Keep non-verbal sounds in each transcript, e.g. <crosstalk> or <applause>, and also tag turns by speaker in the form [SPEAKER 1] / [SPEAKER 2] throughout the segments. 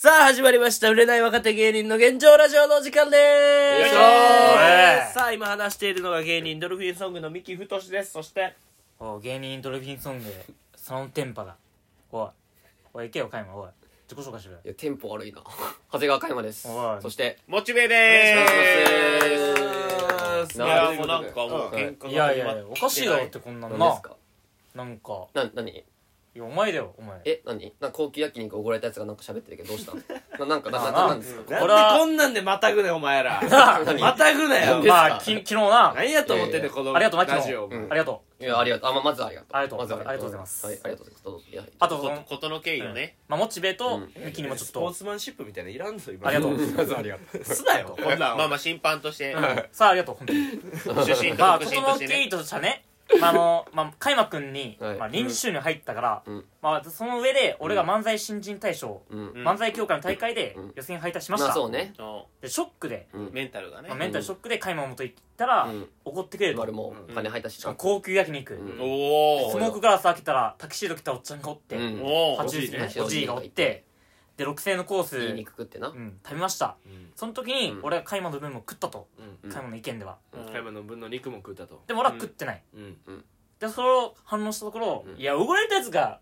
[SPEAKER 1] さあ、始まりました。売れない若手芸人の現状ラジオのお時間でー
[SPEAKER 2] よい
[SPEAKER 1] す。
[SPEAKER 2] しょー
[SPEAKER 1] はいさあ、今話しているのが芸人ドルフィンソングの三木太志です。そして、
[SPEAKER 2] お芸人ドルフィンソングサロンテンパだおいおい行けよ加山おい自己紹介しろよ
[SPEAKER 3] いや、テンポ悪いな。長谷川加山です
[SPEAKER 2] おい。
[SPEAKER 3] そして、
[SPEAKER 4] モチベ
[SPEAKER 3] お
[SPEAKER 4] で
[SPEAKER 3] 願い
[SPEAKER 4] す。
[SPEAKER 3] します
[SPEAKER 4] いやもうなんかもう
[SPEAKER 3] うん
[SPEAKER 4] 喧嘩が
[SPEAKER 2] いやい
[SPEAKER 4] 始ま
[SPEAKER 2] やい
[SPEAKER 4] って
[SPEAKER 2] やおかしいだろってこんなの
[SPEAKER 3] 何で
[SPEAKER 2] な
[SPEAKER 3] すか
[SPEAKER 2] なんか
[SPEAKER 3] な、何
[SPEAKER 2] いやお前だよお前
[SPEAKER 3] え、何なんか高級焼肉おごられたやつがなんか喋ってるけど、どうしたのななんか、な、な、
[SPEAKER 2] まあ
[SPEAKER 3] なんですか
[SPEAKER 2] うん
[SPEAKER 1] なん
[SPEAKER 2] 俺
[SPEAKER 1] で
[SPEAKER 2] は
[SPEAKER 1] こんなんでまたぐねん、お前 <laughs> ら。
[SPEAKER 3] 何
[SPEAKER 1] またぐなよ。
[SPEAKER 3] ですか
[SPEAKER 2] まあき昨日なあ
[SPEAKER 1] 何やと思ってんねん、
[SPEAKER 3] いやいや
[SPEAKER 1] この
[SPEAKER 2] りがとうマキ
[SPEAKER 1] ラジオ
[SPEAKER 2] ノ
[SPEAKER 1] も。
[SPEAKER 3] うん
[SPEAKER 2] ありがと
[SPEAKER 3] いや、ありがとう。あ、ままずありがとう。
[SPEAKER 2] ありがとう
[SPEAKER 3] まず
[SPEAKER 2] あ
[SPEAKER 3] は
[SPEAKER 2] り
[SPEAKER 3] い
[SPEAKER 2] が、
[SPEAKER 3] ありがとうございますどうぞ。いや、
[SPEAKER 2] あと
[SPEAKER 4] こことの経緯をね。
[SPEAKER 2] うまあモチベと
[SPEAKER 3] うん
[SPEAKER 2] ミキにもちょっ
[SPEAKER 1] スポー
[SPEAKER 2] と
[SPEAKER 1] ツマンシップみたいないらんぞ、今。
[SPEAKER 2] ありがとう
[SPEAKER 3] まずありがとう。
[SPEAKER 1] すだよ、こんなん。
[SPEAKER 4] まあまあ審判として、
[SPEAKER 2] さあありがとう本当に
[SPEAKER 4] 主審と
[SPEAKER 2] まあ
[SPEAKER 4] 副
[SPEAKER 2] こ
[SPEAKER 4] 審
[SPEAKER 2] と
[SPEAKER 4] と
[SPEAKER 2] の
[SPEAKER 4] して
[SPEAKER 2] 経
[SPEAKER 4] ね
[SPEAKER 2] 緯。としてはねまああのまあ加山くんに
[SPEAKER 3] はい
[SPEAKER 2] まあ臨時収入入ったから
[SPEAKER 3] うん
[SPEAKER 2] まあその上で俺が漫才新人大賞
[SPEAKER 3] うん。
[SPEAKER 4] うん
[SPEAKER 2] 漫才協会の大会で
[SPEAKER 3] うん
[SPEAKER 2] 予選敗退し
[SPEAKER 3] ま
[SPEAKER 2] ました
[SPEAKER 3] あ、そうね。
[SPEAKER 4] そ
[SPEAKER 2] でショックで
[SPEAKER 3] う。
[SPEAKER 4] うんメンタルがね
[SPEAKER 2] まあ。メンタルショックで加山元行ったら
[SPEAKER 3] うん
[SPEAKER 2] 怒ってくれると
[SPEAKER 3] 丸もお金入ったし
[SPEAKER 2] しかも高級焼肉、
[SPEAKER 3] うん
[SPEAKER 4] お
[SPEAKER 2] ス
[SPEAKER 4] お
[SPEAKER 2] モークガラス開けたらタキシード着たおっちゃんがおって、
[SPEAKER 3] う
[SPEAKER 4] お
[SPEAKER 3] ん
[SPEAKER 4] お
[SPEAKER 2] 80ですね
[SPEAKER 3] おじいね
[SPEAKER 2] おじいがおってで6000円のコース
[SPEAKER 3] いい肉食ってな
[SPEAKER 2] う。ん、食べました
[SPEAKER 1] うん
[SPEAKER 2] その時に
[SPEAKER 3] うん
[SPEAKER 2] 俺が買い物の分も食ったと、
[SPEAKER 1] うん
[SPEAKER 3] ん
[SPEAKER 2] 買い物の意見では
[SPEAKER 1] 加山の分の肉も食うたと。
[SPEAKER 2] でも俺は食ってない、
[SPEAKER 1] うん。
[SPEAKER 2] でそれを反応したところ、
[SPEAKER 3] うん
[SPEAKER 2] いや怒られたやつが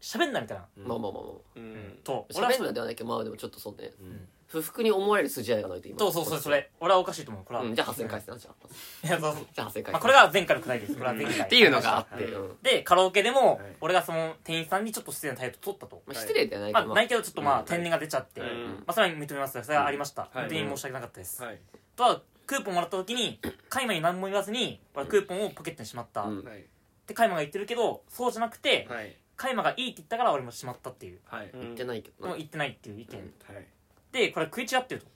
[SPEAKER 2] 喋んなみたいな、
[SPEAKER 3] まあまあまあま
[SPEAKER 4] う
[SPEAKER 2] うん
[SPEAKER 4] ん
[SPEAKER 2] と俺
[SPEAKER 3] あ。
[SPEAKER 2] は
[SPEAKER 3] 喋んなではないけど、まあでもちょっとそうね。
[SPEAKER 1] うん
[SPEAKER 3] 不服に思われる筋合いがないと今。
[SPEAKER 2] そうそうそうそ。れ俺はおかしいと思うこれは、
[SPEAKER 3] うん、じゃあ8000返せな、じゃあ。
[SPEAKER 2] いやそうそう
[SPEAKER 3] じゃあ8000返せ。
[SPEAKER 2] まあ、これが前回のくだりですこれは前回
[SPEAKER 3] っていうのがあって。
[SPEAKER 1] う
[SPEAKER 3] うん
[SPEAKER 2] でカラオケでも
[SPEAKER 1] はい
[SPEAKER 2] 俺がその店員さんにちょっと失礼な態度取ったと、
[SPEAKER 3] まあ失礼ではない
[SPEAKER 2] ま
[SPEAKER 3] け
[SPEAKER 2] あ、
[SPEAKER 3] ど。まあ
[SPEAKER 2] 内定はちょっとまあ
[SPEAKER 3] うん
[SPEAKER 2] 天然が出ちゃって、
[SPEAKER 4] うん
[SPEAKER 2] まあ、それは認めますがそれはありました、
[SPEAKER 1] うんはい
[SPEAKER 2] 本当に申し訳なかったです、
[SPEAKER 1] はい。
[SPEAKER 2] とはクーポンもらった時にカイマに何も言わずに俺はクーポンをポケットにしまった、
[SPEAKER 3] う
[SPEAKER 2] っ
[SPEAKER 3] ん
[SPEAKER 1] はい。
[SPEAKER 2] てカイマが言ってるけどそうじゃなくて、
[SPEAKER 1] はい。
[SPEAKER 2] カイマがいいって言ったから俺もしまったっていう
[SPEAKER 1] はい。
[SPEAKER 4] うん
[SPEAKER 3] 言ってないけ
[SPEAKER 2] で
[SPEAKER 3] どな
[SPEAKER 2] も言ってないっていう意見、
[SPEAKER 3] うん
[SPEAKER 1] はい。
[SPEAKER 2] でこれ食い違ってると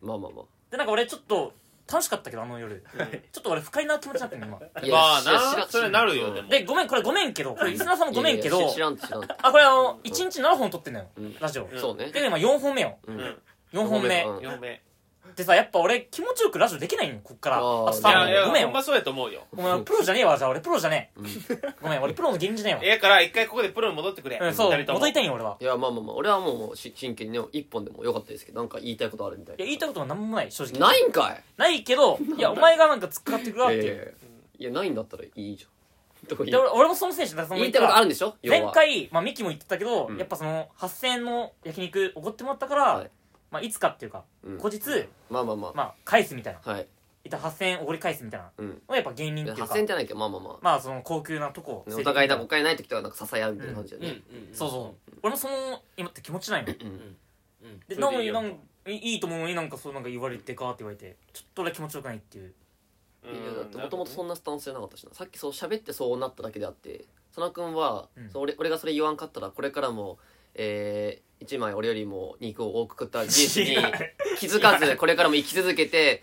[SPEAKER 3] まあまあま
[SPEAKER 2] でなんか俺ちょっと楽しかったけどあの夜ちょっと俺不快な気持ちになってる今
[SPEAKER 3] あいや
[SPEAKER 4] まあ
[SPEAKER 3] 知ら知ら
[SPEAKER 4] なそれなるよでも。
[SPEAKER 2] でごめんこれごめんけどこれリスナーさんもごめんけど
[SPEAKER 3] いやいや知らん知らん
[SPEAKER 2] あこれあの1日7本撮ってんのよ、
[SPEAKER 3] うん
[SPEAKER 2] ラジオ、
[SPEAKER 4] ん
[SPEAKER 3] そうね
[SPEAKER 2] で今4本目よ
[SPEAKER 3] う
[SPEAKER 4] うんん
[SPEAKER 2] 4本目
[SPEAKER 3] うん
[SPEAKER 4] 四名。い
[SPEAKER 2] でさやっぱ俺気持ちよくラジオできないのこっからあ
[SPEAKER 3] あー
[SPEAKER 2] と3
[SPEAKER 4] やい
[SPEAKER 2] 本ごめん
[SPEAKER 4] やほ
[SPEAKER 2] よ
[SPEAKER 4] んまそうやと思うよ。
[SPEAKER 2] お前プロじゃねえわじゃあ俺プロじゃね
[SPEAKER 3] うんい
[SPEAKER 2] えごめん俺プロの芸人じゃねえ
[SPEAKER 4] ええから一回ここでプロに戻ってくれ。
[SPEAKER 2] わうんそう
[SPEAKER 4] 二人とも
[SPEAKER 2] 戻りたいんよ俺は
[SPEAKER 3] やまあまあまあ俺はもうし真剣にね一本でもよかったですけどなんか言いたいことあるみたい
[SPEAKER 2] いや言いたいことは何もない正直
[SPEAKER 3] ないんかい
[SPEAKER 2] ないけどいやお前がなんか突っかかってくるわっ
[SPEAKER 3] い
[SPEAKER 2] てい
[SPEAKER 3] やいうやいやいやないんだったらいいじゃんどこいい
[SPEAKER 2] で俺俺もその選手だその
[SPEAKER 3] 言いたいことあるんでしょ要は
[SPEAKER 2] 前回まあミキも言ってたけど
[SPEAKER 3] うん
[SPEAKER 2] やっぱその8000円の焼肉おごってもらったから
[SPEAKER 3] はい
[SPEAKER 2] まあいつかっていうか
[SPEAKER 3] うん
[SPEAKER 2] 後日
[SPEAKER 3] まあまあま
[SPEAKER 2] まあ返すみたいな
[SPEAKER 3] あはい
[SPEAKER 2] いた8000円おごり返すみたいな
[SPEAKER 3] うん
[SPEAKER 2] のやっぱ芸人っていうか
[SPEAKER 3] 8000じゃないけどまあまあま
[SPEAKER 2] まあその高級なとこ
[SPEAKER 3] あお互いだお金ない時とかなんか支え合うみたいな感じだ
[SPEAKER 1] う
[SPEAKER 3] よね
[SPEAKER 1] ん。うん
[SPEAKER 2] そうそう俺もその今って気持ちないの
[SPEAKER 1] うん。うん
[SPEAKER 2] で
[SPEAKER 1] そ
[SPEAKER 2] な
[SPEAKER 1] れ
[SPEAKER 2] の
[SPEAKER 1] でいい
[SPEAKER 2] に
[SPEAKER 1] よ
[SPEAKER 2] なんいいいと思うのになんかそうなんか言われてかって言われてちょっと俺気持ちよくないっていう
[SPEAKER 4] う
[SPEAKER 3] い
[SPEAKER 4] ん
[SPEAKER 3] やだってもともとそ
[SPEAKER 4] なる
[SPEAKER 3] んなスタンスじゃなかったしなさっきそう喋ってそうなっただけであって佐野君は、
[SPEAKER 2] うん
[SPEAKER 3] そう俺俺がそれ言わんかったらこれからもえー、1枚俺よりも肉を多く食った事実に
[SPEAKER 2] 違う
[SPEAKER 3] 気づかずこれからも生き続けて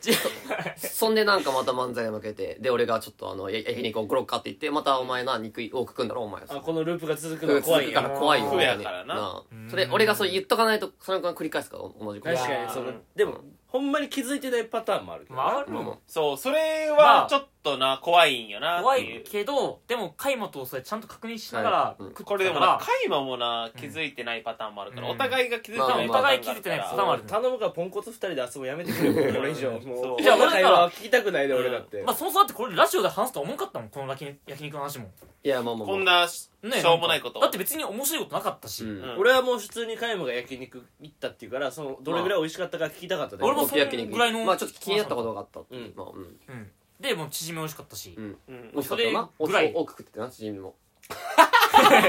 [SPEAKER 3] そんでなんかまた漫才が負けてで俺がちょっとあのや焼肉を送ろうかって言ってまたお前な肉多く食うんだろお前は
[SPEAKER 1] あ、このループが続く
[SPEAKER 3] そ
[SPEAKER 1] のが怖い
[SPEAKER 3] れ続くか
[SPEAKER 1] よ
[SPEAKER 3] ら。怖いよ
[SPEAKER 4] 不やからな
[SPEAKER 2] うん
[SPEAKER 3] それ俺がそう言っとかないと佐野君が繰り返すから同じこと
[SPEAKER 1] 確か
[SPEAKER 2] いや
[SPEAKER 1] に
[SPEAKER 2] ー
[SPEAKER 1] その
[SPEAKER 4] うん
[SPEAKER 1] でもほんまに気づいてないパターンもあるけど
[SPEAKER 2] まあある
[SPEAKER 3] まあまあ
[SPEAKER 4] そうそれ
[SPEAKER 2] まあ
[SPEAKER 4] はちょっとな怖いんよなっ
[SPEAKER 2] 怖
[SPEAKER 4] ていう
[SPEAKER 2] い。けどでもカイマとそれちゃんと確認しながら
[SPEAKER 3] はいうん
[SPEAKER 2] 食っ
[SPEAKER 4] こ
[SPEAKER 2] て
[SPEAKER 4] れで
[SPEAKER 2] たか
[SPEAKER 4] もな
[SPEAKER 2] ら
[SPEAKER 4] カイマもな気づいてないパターンもあるから、
[SPEAKER 2] うん
[SPEAKER 4] お互いが気づいて
[SPEAKER 3] まあ
[SPEAKER 4] な
[SPEAKER 3] まあ
[SPEAKER 4] い
[SPEAKER 3] まあ
[SPEAKER 4] パターンがあるから
[SPEAKER 2] お互い気づいてないパターン
[SPEAKER 1] そ
[SPEAKER 2] もあ
[SPEAKER 1] う
[SPEAKER 2] る
[SPEAKER 1] 頼むからポンコツ2人で遊ぶやめてくれよこれ以上
[SPEAKER 4] うん
[SPEAKER 1] もう
[SPEAKER 4] そう
[SPEAKER 1] じゃあ俺は聞きたくないで俺だって
[SPEAKER 2] まあそもそもだってこれラジオで話すとは思わんかったもんこの焼肉焼肉の話も
[SPEAKER 3] いやまあまあまあ
[SPEAKER 4] こんなし,、
[SPEAKER 2] ね
[SPEAKER 4] ょうもないこと
[SPEAKER 2] だって別に面白いことなかったし、
[SPEAKER 3] うん
[SPEAKER 4] うん
[SPEAKER 1] 俺はもう普通に加山が焼肉行ったっていうからそのどれぐらい美味しかったか聞きたかっただけ
[SPEAKER 2] 俺も
[SPEAKER 3] 高級焼肉
[SPEAKER 2] そんぐらいの
[SPEAKER 3] まあちょっと気になったことがあったっていう
[SPEAKER 1] うん
[SPEAKER 3] まあうん
[SPEAKER 2] うんでもう縮み美味しかったし、
[SPEAKER 3] うん
[SPEAKER 4] うん
[SPEAKER 3] 美味しかったよな
[SPEAKER 2] それぐらい
[SPEAKER 3] 多く食ってなチヂミも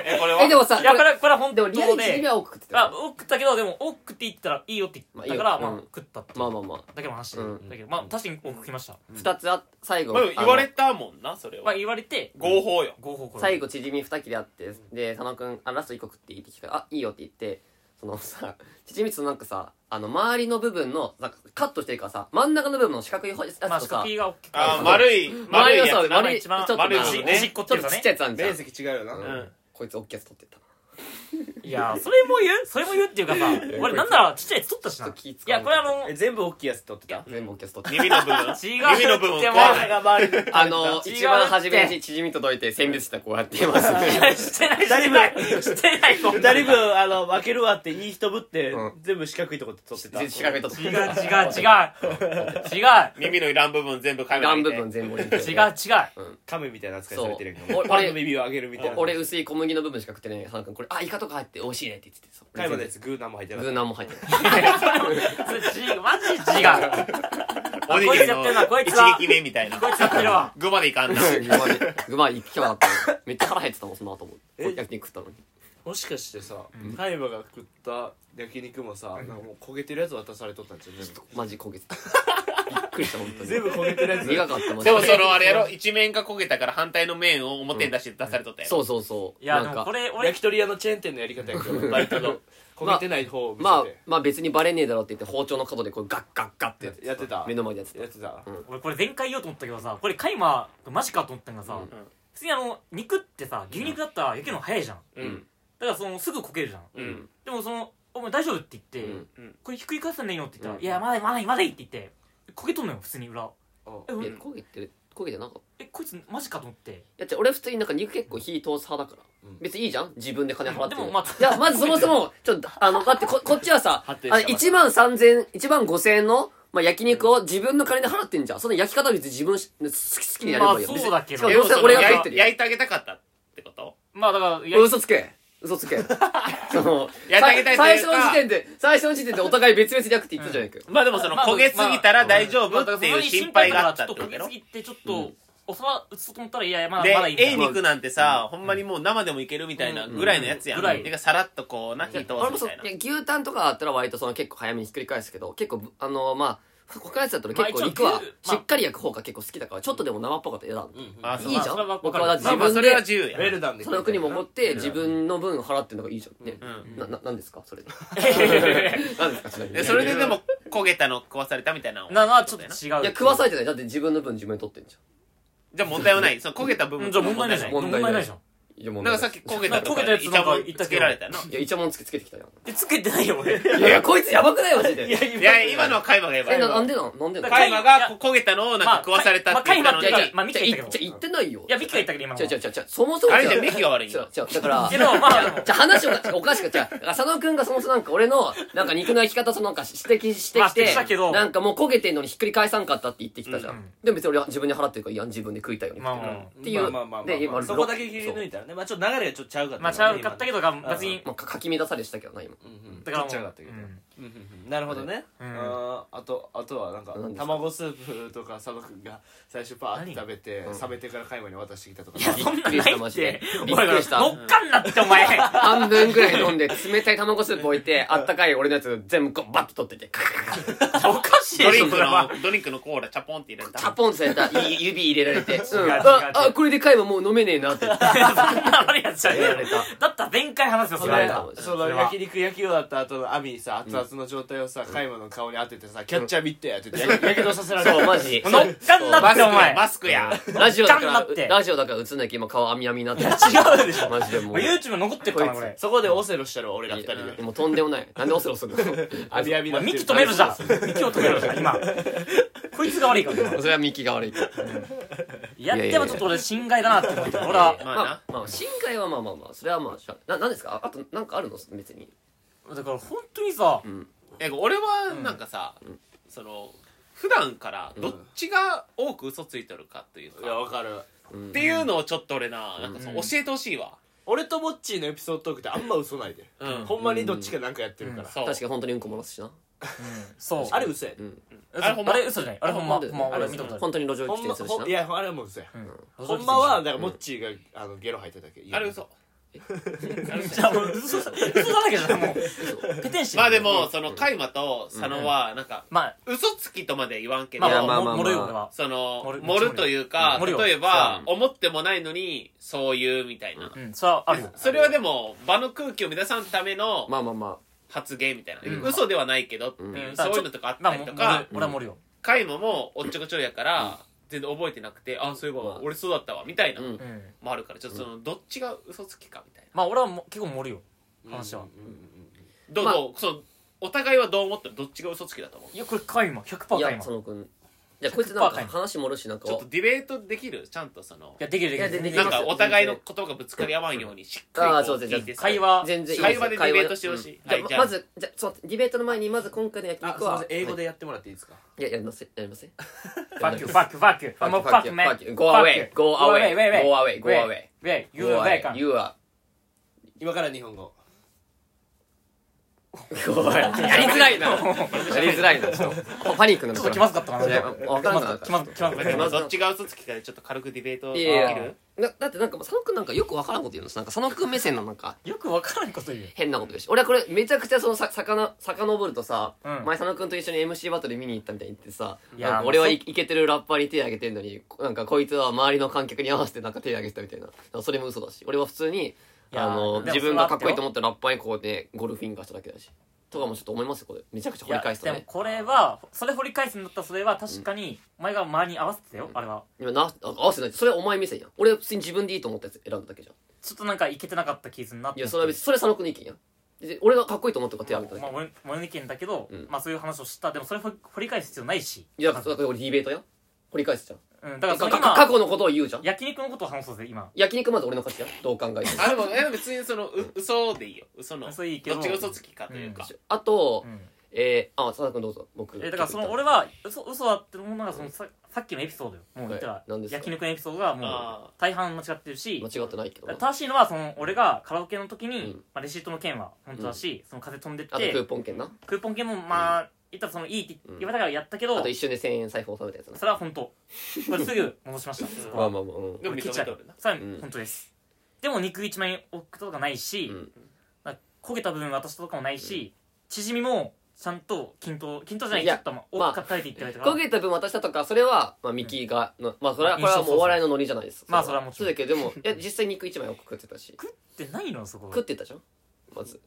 [SPEAKER 4] えこれは
[SPEAKER 3] えでもさ
[SPEAKER 2] いやこ
[SPEAKER 3] これ
[SPEAKER 2] れこれは本
[SPEAKER 3] で
[SPEAKER 2] 当
[SPEAKER 3] もリアルにチヂミ
[SPEAKER 2] で
[SPEAKER 3] は多く食ってた
[SPEAKER 2] あ
[SPEAKER 3] よ
[SPEAKER 2] 多く食ったけどでも多くって言ったらいいよって言ったか
[SPEAKER 3] ま
[SPEAKER 2] ら
[SPEAKER 3] あいいよ
[SPEAKER 2] ま
[SPEAKER 3] うん
[SPEAKER 2] あ食ったっていう
[SPEAKER 3] まあまあまあ
[SPEAKER 2] だけの話で
[SPEAKER 3] うん
[SPEAKER 2] だけどまあ確かに多く食いました
[SPEAKER 3] 二つあ最後
[SPEAKER 4] まあ
[SPEAKER 3] あの
[SPEAKER 4] 言われたもんなそれ
[SPEAKER 2] まあ
[SPEAKER 4] は
[SPEAKER 2] 言われて
[SPEAKER 4] 合法よ
[SPEAKER 2] 合法これ
[SPEAKER 3] 最後チヂミ二切れあってで佐野くんあラスト一個食っていいって聞くからあいいよって言ってそのさチヂミってなんかさあの周りの部分のなんかカットしてるからさ真ん中の部分の四角いやつと
[SPEAKER 2] まあ
[SPEAKER 3] さ
[SPEAKER 2] 四角いが大きくて
[SPEAKER 4] あー丸い丸いやつ
[SPEAKER 3] 周りの
[SPEAKER 4] な
[SPEAKER 3] さ丸い
[SPEAKER 2] 一番
[SPEAKER 3] ちょっと
[SPEAKER 4] 丸い
[SPEAKER 3] な
[SPEAKER 4] し
[SPEAKER 3] ち
[SPEAKER 4] ね
[SPEAKER 2] おしっこって
[SPEAKER 3] ょ
[SPEAKER 2] い
[SPEAKER 3] っ
[SPEAKER 2] う
[SPEAKER 3] と
[SPEAKER 2] か
[SPEAKER 3] ちっ
[SPEAKER 2] ね
[SPEAKER 3] ちゃいやつあるじゃん
[SPEAKER 1] 面積違うよな
[SPEAKER 3] うんこいつ大きいやつ取ってったな
[SPEAKER 2] いやそれも言うそれも言うっていうかさ俺なんならちっちゃいやつ取ったし
[SPEAKER 3] ちょ
[SPEAKER 2] ない
[SPEAKER 3] っと気使う
[SPEAKER 2] やこれあの
[SPEAKER 1] え全部大きいやつ取ってた
[SPEAKER 3] 全部オキャストって
[SPEAKER 4] 耳の部分
[SPEAKER 2] 違う
[SPEAKER 4] 耳の部分
[SPEAKER 2] でも
[SPEAKER 4] 怖い
[SPEAKER 1] が周りに
[SPEAKER 3] <laughs> あの
[SPEAKER 2] 違う
[SPEAKER 3] 一番初めに縮み届いて選別したこうやってます
[SPEAKER 2] い
[SPEAKER 3] ね
[SPEAKER 2] やしてない
[SPEAKER 1] だいぶ
[SPEAKER 2] してないこんな
[SPEAKER 1] 二人分あの負けるわっていい人ぶって、
[SPEAKER 3] う
[SPEAKER 1] 全部四角いとこ取ってた
[SPEAKER 3] 四角いとこ
[SPEAKER 2] 違う違う違う違う
[SPEAKER 4] 耳のいらん部分全部カメラ
[SPEAKER 3] 段
[SPEAKER 4] に
[SPEAKER 3] 部分全部置いて
[SPEAKER 2] 違う違う
[SPEAKER 1] 亀みたいな扱いされてるけ
[SPEAKER 3] そ
[SPEAKER 1] ど
[SPEAKER 3] うお
[SPEAKER 1] パンの耳を上げるみたいな
[SPEAKER 3] 俺薄い小麦の部分しか食ってない花君これあイカとか入って美味しいねって言っててそう
[SPEAKER 1] カイマのやつグーナンも入ってな
[SPEAKER 3] グ
[SPEAKER 1] か
[SPEAKER 3] ー
[SPEAKER 1] っ
[SPEAKER 3] ナンも入ってない
[SPEAKER 2] それ違うマジで違うあこ
[SPEAKER 4] おに
[SPEAKER 2] い
[SPEAKER 4] ぎ
[SPEAKER 2] つ
[SPEAKER 4] り
[SPEAKER 2] やっ
[SPEAKER 4] の
[SPEAKER 2] てるなこいつは
[SPEAKER 4] 一撃目みたいな
[SPEAKER 2] こいつやってるわ
[SPEAKER 4] 具までいかんな
[SPEAKER 3] グマ <laughs> でグマ行きなかっためっちゃ腹減ってたもんその後も
[SPEAKER 1] え
[SPEAKER 3] 焼肉食ったのに
[SPEAKER 1] たもしかしてさカイマが食った焼肉もさなんかもう焦げてるやつ渡されとったんじゃん全部
[SPEAKER 3] マジ焦げてたびっくりした本当に
[SPEAKER 1] 全部焦げてるやつ
[SPEAKER 3] 苦かったマジ
[SPEAKER 4] でもそのあれやろ一面が焦げたから反対の面を表に出して出されとったやろ
[SPEAKER 3] そうそうそう
[SPEAKER 2] いやで
[SPEAKER 3] なん
[SPEAKER 2] もこ
[SPEAKER 3] か
[SPEAKER 2] れ俺
[SPEAKER 1] 焼き鳥屋のチェーン店のやり方やけどバイトの焦げてない方を見せて、
[SPEAKER 3] まあまあ別にバレねえだろって言って包丁の角でこうガッガッガッって
[SPEAKER 1] やってた
[SPEAKER 3] 目の前でやってた
[SPEAKER 1] やってた、
[SPEAKER 2] 俺これ前回言おうと思ったけどさこれカイママジかと思ったんがさ
[SPEAKER 3] うん
[SPEAKER 2] 普通にあの肉ってさ牛肉だったら焼けるの早いじゃん
[SPEAKER 4] うん
[SPEAKER 3] うん
[SPEAKER 2] だからそのすぐこけるじゃん
[SPEAKER 4] うん
[SPEAKER 2] でもその「お前大丈夫?」って言って、
[SPEAKER 3] うん
[SPEAKER 4] うん
[SPEAKER 2] これひっくり返さないよ」って言ったら「
[SPEAKER 3] うん
[SPEAKER 2] いやまだいいまだいいまだいい」って言って焦げとんのよ普通に裏
[SPEAKER 1] うん
[SPEAKER 2] え,、う
[SPEAKER 3] いや
[SPEAKER 2] ん、
[SPEAKER 3] 焦げてる焦げてなかったい
[SPEAKER 2] えこいつマジかと思って
[SPEAKER 3] や違う俺普通になんか肉結構火通す派だから、
[SPEAKER 1] うん
[SPEAKER 3] 別にいいじゃん自分で金払って
[SPEAKER 2] でもまあ
[SPEAKER 3] いやまずそもそもちょっとあのだってここっちはさあ
[SPEAKER 1] 発展した
[SPEAKER 3] の
[SPEAKER 1] ばっか
[SPEAKER 3] 1万3000 1万5000円のまあ焼肉を自分の金で払ってんじゃん。その焼き方別に自分し好き好きにやればいいよ。
[SPEAKER 2] まあそうだけど
[SPEAKER 3] し
[SPEAKER 4] で
[SPEAKER 3] かもどう
[SPEAKER 4] もそ
[SPEAKER 3] せ
[SPEAKER 4] の
[SPEAKER 3] 俺が
[SPEAKER 2] いや
[SPEAKER 3] 食っ
[SPEAKER 4] 焼
[SPEAKER 3] て
[SPEAKER 4] い
[SPEAKER 3] るよ
[SPEAKER 4] 焼いてあげたかったってこと
[SPEAKER 2] まあだからいや
[SPEAKER 3] 嘘つけ嘘つけその
[SPEAKER 4] やってあげたいと
[SPEAKER 3] 最
[SPEAKER 4] いう
[SPEAKER 3] 初
[SPEAKER 4] か
[SPEAKER 3] の時点で最初の時点でお互い別々でやくって言ったじゃないか、
[SPEAKER 4] まあでもその
[SPEAKER 2] まあ
[SPEAKER 4] 焦げすぎたら大丈
[SPEAKER 2] まあ
[SPEAKER 4] 夫っ
[SPEAKER 2] だからそ
[SPEAKER 4] て
[SPEAKER 2] の
[SPEAKER 4] いう
[SPEAKER 2] 時
[SPEAKER 4] 心配があった
[SPEAKER 2] 心
[SPEAKER 4] ってこ
[SPEAKER 2] 配
[SPEAKER 4] とや
[SPEAKER 2] だから
[SPEAKER 4] ろ
[SPEAKER 2] ちょっと焦げすぎてちょっと、お皿打つと思ったらいやいやまだ
[SPEAKER 4] で
[SPEAKER 2] まだいいみた
[SPEAKER 4] え
[SPEAKER 2] い
[SPEAKER 4] い
[SPEAKER 2] な
[SPEAKER 4] 肉なんてさほんまにもう生でもいけるみたいなぐらいのやつやん
[SPEAKER 2] うんぐらい
[SPEAKER 4] てかさらっとこうな火通す
[SPEAKER 3] 俺もそ
[SPEAKER 4] み
[SPEAKER 3] う
[SPEAKER 4] た
[SPEAKER 3] いや
[SPEAKER 4] いな
[SPEAKER 3] 牛タンとかだったら割とその結構早めにひっくり返すけど結構ぶあのまあ他のやつだったら結
[SPEAKER 2] ま
[SPEAKER 3] 構
[SPEAKER 2] あ一応
[SPEAKER 3] 肉は
[SPEAKER 2] 牛
[SPEAKER 3] しっかり焼く方が結構好きだからちょっとでも生っぽかったら嫌だ、
[SPEAKER 4] あそう
[SPEAKER 3] いいじゃ
[SPEAKER 2] まあそれは
[SPEAKER 3] ん
[SPEAKER 2] わかる
[SPEAKER 3] 僕はだって
[SPEAKER 4] ま
[SPEAKER 3] 自
[SPEAKER 4] あまあ
[SPEAKER 3] 分
[SPEAKER 4] それは
[SPEAKER 3] で
[SPEAKER 4] 自由や
[SPEAKER 1] ウェルダンで
[SPEAKER 3] その国も持っ
[SPEAKER 1] 食
[SPEAKER 3] て自分の分払ってんのがいいじゃんね、
[SPEAKER 4] うん
[SPEAKER 3] なななんですかそれなんですかちなみに
[SPEAKER 4] でそれででも焦げたの食わされたみたいなのは
[SPEAKER 2] <laughs> なのはちょっと違う
[SPEAKER 3] いや食わされてないだって自分の分自分で取ってんじ
[SPEAKER 4] じゃあ問題はないその焦げた部
[SPEAKER 2] う
[SPEAKER 4] 分
[SPEAKER 2] んじゃあ問題ないじゃん
[SPEAKER 3] 問
[SPEAKER 2] 問
[SPEAKER 3] 題ない
[SPEAKER 2] 題ないじゃん
[SPEAKER 3] ゃんいやもう
[SPEAKER 4] なんかさっき焦げたと
[SPEAKER 2] 焦げたやつなんか言
[SPEAKER 4] い
[SPEAKER 2] ったけど
[SPEAKER 4] つけられたの
[SPEAKER 3] いやイチャモンつけつけてきたよ
[SPEAKER 2] でつけてないよ俺
[SPEAKER 3] いやいやこいつやばくないマジで
[SPEAKER 4] いや今のは海馬がやば
[SPEAKER 3] え
[SPEAKER 4] い
[SPEAKER 3] ななんでなんなんでなん
[SPEAKER 2] か
[SPEAKER 4] 海馬がこ焦げたのをなんか食わされたって言ったのに
[SPEAKER 2] まあ海馬ってまあミキ
[SPEAKER 3] じゃ
[SPEAKER 2] が
[SPEAKER 3] あ
[SPEAKER 2] 言っ
[SPEAKER 3] い
[SPEAKER 2] たけど
[SPEAKER 3] じゃあ言ってないよ
[SPEAKER 2] いやミキが言ったけど今の
[SPEAKER 3] 違う違う違う違うそもそも
[SPEAKER 4] あれじゃ
[SPEAKER 3] 違う
[SPEAKER 4] ミキが悪い
[SPEAKER 3] 違
[SPEAKER 4] よ
[SPEAKER 3] う違うだから
[SPEAKER 2] けどまあでも
[SPEAKER 3] じゃあ話がおかしくて、だから佐野くんがそもそもなんか俺の、なんか肉の焼き方そのなんか指摘して
[SPEAKER 2] まあ
[SPEAKER 3] き
[SPEAKER 2] 指摘したけ
[SPEAKER 3] て、
[SPEAKER 2] ど
[SPEAKER 3] なんかもう焦げてんのにひっくり返さんかったって言ってきたじゃ
[SPEAKER 2] うんうんん。
[SPEAKER 3] でも別に俺は自分で払ってるから、いや、自分で食いたいよね。
[SPEAKER 2] まあまあ
[SPEAKER 3] っていう
[SPEAKER 1] まあまあまあまあ
[SPEAKER 3] で今
[SPEAKER 1] そこだけ切り抜いたらねまあちょっと流れがちょっとちゃうかった
[SPEAKER 2] まあちゃうかったけ
[SPEAKER 1] ど
[SPEAKER 2] どが別に
[SPEAKER 3] まあかかき乱されしたけどな、今。
[SPEAKER 2] だからも
[SPEAKER 1] ち
[SPEAKER 2] う
[SPEAKER 1] っちゃかったけど
[SPEAKER 2] うん
[SPEAKER 1] うんうんうんなるほどね
[SPEAKER 2] うん
[SPEAKER 1] あーあとあとはなんか
[SPEAKER 3] 何ですか
[SPEAKER 1] 卵スープとか佐野くんが最初パーって食べて
[SPEAKER 3] 何
[SPEAKER 1] 冷めてからカイマに渡してきたとか
[SPEAKER 2] いやそんなんないって
[SPEAKER 3] びっくりした
[SPEAKER 2] お前乗っかんなってお前
[SPEAKER 3] 半分ぐらい飲んで、冷たい卵スープ置いて、あったかい俺のやつ全部こうバッと取ってて、カカカカ
[SPEAKER 2] おかしい
[SPEAKER 4] ド
[SPEAKER 2] でし
[SPEAKER 4] リ
[SPEAKER 2] ょ
[SPEAKER 4] ン
[SPEAKER 2] そ
[SPEAKER 4] ク
[SPEAKER 2] れは
[SPEAKER 4] のドリンクのコーラチャポンって入れ
[SPEAKER 3] チャ
[SPEAKER 4] た
[SPEAKER 3] ポンってされた、い指入れられて、うん。
[SPEAKER 2] 違う
[SPEAKER 3] あ、あ、これで会話もう飲めねえなって。
[SPEAKER 2] そんな悪いやつじゃねえよ
[SPEAKER 3] やられた
[SPEAKER 2] だったら前回話すよそ
[SPEAKER 1] そ
[SPEAKER 2] れ
[SPEAKER 1] の
[SPEAKER 2] は
[SPEAKER 3] やられた
[SPEAKER 1] その焼肉焼き終わった後の網にさ熱々の状態をさカイマの顔に当ててさキャッチャー見てって言ってやけどさせられ
[SPEAKER 3] そう、
[SPEAKER 1] る
[SPEAKER 3] マジ。
[SPEAKER 2] 乗っかんな
[SPEAKER 4] マス
[SPEAKER 2] って
[SPEAKER 4] ク
[SPEAKER 2] お
[SPEAKER 4] や
[SPEAKER 2] 前
[SPEAKER 4] マスクや
[SPEAKER 3] ラジオだか
[SPEAKER 2] 乗っかんなって
[SPEAKER 3] ら、ラジオだから映んなきゃ今顔あみあみになってる。
[SPEAKER 2] 違うでしょ
[SPEAKER 3] マジでもう。
[SPEAKER 2] YouTube も残ってるからこれ
[SPEAKER 1] そこでオセロしたら俺ら二人
[SPEAKER 3] いや
[SPEAKER 1] で
[SPEAKER 3] もうとんでもない。なんでオセロするの
[SPEAKER 1] 網網
[SPEAKER 2] お
[SPEAKER 1] だ
[SPEAKER 2] 前ミキ止めるじゃんミキを止めるじゃん今こいつが悪いから今
[SPEAKER 3] それはミキが悪いから。
[SPEAKER 2] やってもちょっと俺侵害だなって思ってる俺は
[SPEAKER 4] まあ
[SPEAKER 3] まあ、まあ、深海はまあまあまあ、それはまあしゃ、な、なんですかああと、なんかあるの別に。
[SPEAKER 2] だから本当にさ
[SPEAKER 3] うん。
[SPEAKER 4] なんか俺はなんかさ、その普段からどっちが多く嘘ついとるかという
[SPEAKER 1] いや
[SPEAKER 4] か、
[SPEAKER 1] わかる
[SPEAKER 3] うん
[SPEAKER 4] っていうのをちょっと俺ななんかその
[SPEAKER 2] うん
[SPEAKER 4] 教えてほしいわ、
[SPEAKER 1] 俺とモッチーのエピソードトークってあんま嘘ないで
[SPEAKER 4] うん
[SPEAKER 1] ほんまにどっちかなんかやってるから
[SPEAKER 4] そう
[SPEAKER 3] 確かに本当にうんこ漏らすしな。
[SPEAKER 2] そう
[SPEAKER 1] あれ嘘やで
[SPEAKER 3] うん。
[SPEAKER 4] あれほんま
[SPEAKER 2] あれ嘘じゃないあれほんま
[SPEAKER 3] で
[SPEAKER 2] ほんま
[SPEAKER 3] あれ
[SPEAKER 2] 俺見たことあ
[SPEAKER 3] 本当に路上
[SPEAKER 1] ほ
[SPEAKER 3] 喫
[SPEAKER 1] んま
[SPEAKER 3] 煙するし
[SPEAKER 1] ほ
[SPEAKER 3] なん
[SPEAKER 1] い。やあれはもう嘘や
[SPEAKER 2] るうん
[SPEAKER 1] ほんまはだからモッチーがあのゲロ吐いてただけ
[SPEAKER 4] あれ嘘
[SPEAKER 2] じゃあもう嘘嘘だらけじゃんもうペテンしてる
[SPEAKER 4] まあでもその海馬と佐野はなんか
[SPEAKER 2] まあ
[SPEAKER 4] 嘘つきとまで言わんけど、
[SPEAKER 2] まあま
[SPEAKER 3] い
[SPEAKER 2] あ
[SPEAKER 3] やまあまあまあ
[SPEAKER 2] もろいよ俺は
[SPEAKER 4] その
[SPEAKER 2] 盛る
[SPEAKER 4] 盛るというか、
[SPEAKER 2] 盛るよ
[SPEAKER 4] 例えば、
[SPEAKER 3] う
[SPEAKER 4] 思ってもないのにそう言うみたいな、
[SPEAKER 2] うんそれはあるよ
[SPEAKER 4] それはでも場の空気を乱さんための
[SPEAKER 3] まあまあま
[SPEAKER 4] 発言みたいな、
[SPEAKER 3] うん
[SPEAKER 4] 嘘ではないけどっていう、
[SPEAKER 3] うん
[SPEAKER 4] そういうのとかあったりと
[SPEAKER 2] ま
[SPEAKER 4] か
[SPEAKER 2] あもう、俺は盛るよ
[SPEAKER 4] カイマもおっちょこちょいやから、全然覚えてなくてあそういえ
[SPEAKER 3] まあ
[SPEAKER 4] ば俺そうだったわみたいな
[SPEAKER 3] うん
[SPEAKER 2] うん
[SPEAKER 4] もあるからちょっとそのどっちが嘘つきかみたいな
[SPEAKER 2] まあ俺はもう結構盛るよ話は、
[SPEAKER 1] うんうん
[SPEAKER 4] どう
[SPEAKER 3] まあ
[SPEAKER 4] どうそうお互いはどう思ったらどっちが嘘つきだと思う
[SPEAKER 2] いやこれカイマ100%
[SPEAKER 3] い
[SPEAKER 2] カ
[SPEAKER 3] や
[SPEAKER 2] イマ
[SPEAKER 3] 佐
[SPEAKER 2] い
[SPEAKER 3] 野くんじゃあこいつなん
[SPEAKER 2] 100%か
[SPEAKER 3] か
[SPEAKER 2] い
[SPEAKER 3] 話もろしなんか
[SPEAKER 4] ちょっとディベートできるちゃんとその
[SPEAKER 2] やできるできる
[SPEAKER 3] いやできる
[SPEAKER 4] なんかお互いの言葉がぶつかり合わんようにしっ
[SPEAKER 3] あ
[SPEAKER 4] か
[SPEAKER 3] ー
[SPEAKER 4] りこ
[SPEAKER 3] そう
[SPEAKER 4] う
[SPEAKER 3] ですね
[SPEAKER 4] 聞いて
[SPEAKER 2] 会話
[SPEAKER 3] 全然いい
[SPEAKER 4] 会話でディベートしてほしい
[SPEAKER 3] 会話で
[SPEAKER 4] は
[SPEAKER 3] う
[SPEAKER 4] い
[SPEAKER 3] ん
[SPEAKER 4] じ
[SPEAKER 3] じゃあまずじ
[SPEAKER 4] ゃあ
[SPEAKER 3] ゃあそうディベートの前にまず今回の焼
[SPEAKER 1] あす
[SPEAKER 3] 肉
[SPEAKER 1] いま
[SPEAKER 3] は
[SPEAKER 1] せん英語で
[SPEAKER 3] はい
[SPEAKER 1] やってもらっていいですか
[SPEAKER 3] いややりますやりますフ
[SPEAKER 2] ファッキュファッキュファッキュ I'm a fuck man
[SPEAKER 3] Go away Go away Go away Go away
[SPEAKER 2] away
[SPEAKER 3] You
[SPEAKER 2] You are
[SPEAKER 3] are
[SPEAKER 2] welcome
[SPEAKER 3] You are
[SPEAKER 1] 今から日本語
[SPEAKER 3] おいやりづらいなやりづらいなちょっとパニックに
[SPEAKER 2] ち
[SPEAKER 3] な
[SPEAKER 2] ょ
[SPEAKER 3] っ
[SPEAKER 2] っと
[SPEAKER 3] た
[SPEAKER 2] 気まずかったかな
[SPEAKER 3] それわかんなかった
[SPEAKER 2] 気まず気まず気まず
[SPEAKER 4] で
[SPEAKER 2] 気
[SPEAKER 4] も
[SPEAKER 2] まず
[SPEAKER 4] どっちが嘘つきかでちょっと軽くディベート
[SPEAKER 3] い
[SPEAKER 4] でき
[SPEAKER 3] やいや
[SPEAKER 4] る
[SPEAKER 3] なだってなんか佐野くんなんかよくわからんこと言うのなんか佐野くん目線のなんか
[SPEAKER 2] よくわからんこと言う
[SPEAKER 3] 変なこと言うし俺はこれめちゃくちゃそのささかの遡るとさ、
[SPEAKER 2] うん
[SPEAKER 3] 前佐野くんと一緒に MC バトル見に行ったみたいに言ってさ
[SPEAKER 2] いやー
[SPEAKER 3] なんか俺はい
[SPEAKER 2] も
[SPEAKER 3] いけてるラッパーに手挙げてんのにこなんかこいつは周りの観客に合わせてなんか手挙げてたみたいなだからそれも嘘だし俺は普通に
[SPEAKER 2] やー
[SPEAKER 3] あの
[SPEAKER 2] でも
[SPEAKER 3] 自分がかっこいいと思ったラッパーにこうでゴルフィンガーしただけだしとかもちょっと思いますよこれめちゃくちゃ掘
[SPEAKER 2] い
[SPEAKER 3] り
[SPEAKER 2] や
[SPEAKER 3] 返すと
[SPEAKER 2] でも
[SPEAKER 3] ね
[SPEAKER 2] これはそれ掘り返すんだったらそれは確かにお前が周りに合わせてたよあれは
[SPEAKER 3] 今なあ合わせてないそれはお前目線やん俺は普通に自分でいいと思ったやつ選んだだけじゃん
[SPEAKER 2] ちょっとなんかいけてなかった気になって
[SPEAKER 3] いやそれは別にそれは佐野くんの意見やんで俺がかっこいいと思ったから手挙げただけ
[SPEAKER 2] まあ、俺俺の意見だけど、
[SPEAKER 3] うん
[SPEAKER 2] まあそういう話をしたでもそれ掘り掘り返す必要ないし
[SPEAKER 3] いや、だ
[SPEAKER 2] ま
[SPEAKER 3] か
[SPEAKER 2] ず
[SPEAKER 3] ら俺ディベートやん。掘り返すじゃん。
[SPEAKER 2] うん、だからその
[SPEAKER 3] かか過
[SPEAKER 2] 今
[SPEAKER 3] 去のことを言うじゃん。
[SPEAKER 2] 焼肉のことを話そうぜ今
[SPEAKER 3] 焼肉まず俺の勝ちやん。どう考えても。
[SPEAKER 4] あでもえでも別にそのう嘘でいいよ嘘の
[SPEAKER 2] 嘘いいけど
[SPEAKER 4] どっちが嘘つきかというか
[SPEAKER 3] あと、
[SPEAKER 2] うん
[SPEAKER 3] えー、あ、佐々君どうぞ。僕。
[SPEAKER 2] えだからその俺
[SPEAKER 3] は。
[SPEAKER 2] は嘘嘘だってもうなんかそのささっきのエピソードよもう言った
[SPEAKER 3] は
[SPEAKER 2] ら
[SPEAKER 3] い何ですか
[SPEAKER 2] 焼肉のエピソードがもう
[SPEAKER 4] あ
[SPEAKER 2] 大半間違ってるし
[SPEAKER 3] 間違ってないけどな。あ
[SPEAKER 2] 正しいのはその俺がカラオケの時に、
[SPEAKER 3] うん
[SPEAKER 2] まあ、レシートの件は本当だし、その風飛んでっ
[SPEAKER 3] とクー
[SPEAKER 2] て
[SPEAKER 3] ポン券な。
[SPEAKER 2] クーポン券もまあ、言ったらそのいいって言われたからやったけど、
[SPEAKER 3] あと一瞬で1000円財布納めたやつな。
[SPEAKER 2] それは本当これすぐ戻しましたそこ
[SPEAKER 3] ま
[SPEAKER 2] は
[SPEAKER 3] あまあまあ、うん。
[SPEAKER 4] でも認めと
[SPEAKER 2] う
[SPEAKER 4] るな
[SPEAKER 2] それは
[SPEAKER 3] うん
[SPEAKER 2] 本当です、でも肉一枚置くことがないし、
[SPEAKER 3] うん
[SPEAKER 2] なんか焦げた部分渡したとかもないし、縮みもちゃんと均等均等じゃない
[SPEAKER 3] い
[SPEAKER 2] ちょ
[SPEAKER 3] や
[SPEAKER 2] っとまあ
[SPEAKER 3] まあ
[SPEAKER 2] 大きかったりって言ってないとか、
[SPEAKER 3] 焦げた分渡したとか、それは、まあ、ミキがの、まあ、それは、これはもうお笑いのノリじゃないです。
[SPEAKER 2] まあそれはもちろ
[SPEAKER 3] そう
[SPEAKER 2] ん
[SPEAKER 3] だけど、でも、いや、実際肉1枚多く食ってたし。
[SPEAKER 2] 食ってないのそこ
[SPEAKER 3] 食ってたじゃん。まず。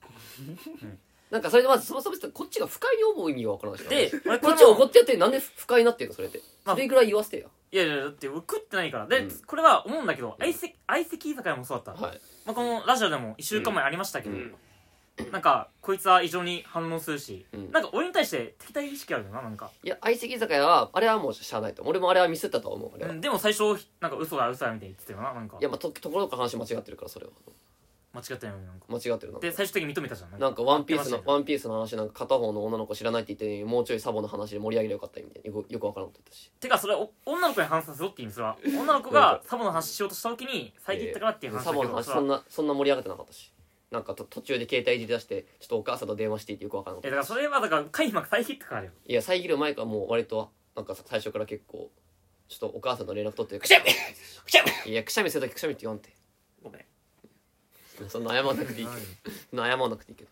[SPEAKER 3] なんか、それでまず、そもそもこっちが不快に思う意味がわからないしな
[SPEAKER 2] で俺
[SPEAKER 3] こっち怒
[SPEAKER 2] も
[SPEAKER 3] ってやってなんで不快になってるのそれって、
[SPEAKER 2] まあ
[SPEAKER 3] それぐらい言わせてよ
[SPEAKER 2] いやいやだって俺食ってないからで、
[SPEAKER 3] うん
[SPEAKER 2] これは思うんだけど相席相席居酒屋もそうだった、
[SPEAKER 3] はい
[SPEAKER 2] まあ、このラジオでも1週間前ありましたけ
[SPEAKER 4] う
[SPEAKER 2] ど、
[SPEAKER 4] ん
[SPEAKER 2] なんかこいつは異常に反応するし、
[SPEAKER 3] うん
[SPEAKER 2] なんか俺に対して敵対意識あるよななんか、
[SPEAKER 3] いや相席居酒屋はあれはもうしゃあないと思う俺もあれはミスったと思う俺は、
[SPEAKER 2] う
[SPEAKER 3] い
[SPEAKER 2] んでも最初なんか嘘だ嘘だみたいに言ってたよななんか
[SPEAKER 3] やまあとところどころ話間違ってるからそれは
[SPEAKER 2] 間違ってないのになんか
[SPEAKER 3] 間違ってるな
[SPEAKER 2] で最終的に認めたじゃんなんか
[SPEAKER 3] なんかワンピースの
[SPEAKER 2] やってま
[SPEAKER 3] ワンピースの話なんか片方の女の子知らないって言ってんのにもうちょいサボの話で盛り上げればよかったみたいなよくよくわからんこと言ったして
[SPEAKER 2] かそれお女の子に話させろって意味それ
[SPEAKER 3] <laughs>
[SPEAKER 2] は女の子がサボの話しようとした時に遮ったからっていう話
[SPEAKER 3] サ
[SPEAKER 2] だけ
[SPEAKER 3] ボ
[SPEAKER 2] ど
[SPEAKER 3] の話
[SPEAKER 2] それ
[SPEAKER 3] そん
[SPEAKER 2] は
[SPEAKER 3] なそんな盛り上がってなかったしなんかと途中で携帯いじり出してちょっとお母さんと電話していいってよくわからんこと
[SPEAKER 2] えだからそれはだから開幕遮ったからよ
[SPEAKER 3] いや遮る前からもう割となんかさ最初から結構ちょっとお母さんと連絡取ってくしゃみ
[SPEAKER 4] くしゃ
[SPEAKER 3] いやくしゃみするときくしゃみって言わんて
[SPEAKER 4] ごめん
[SPEAKER 3] そんな謝らなくていいけどそんな謝らなくていいけど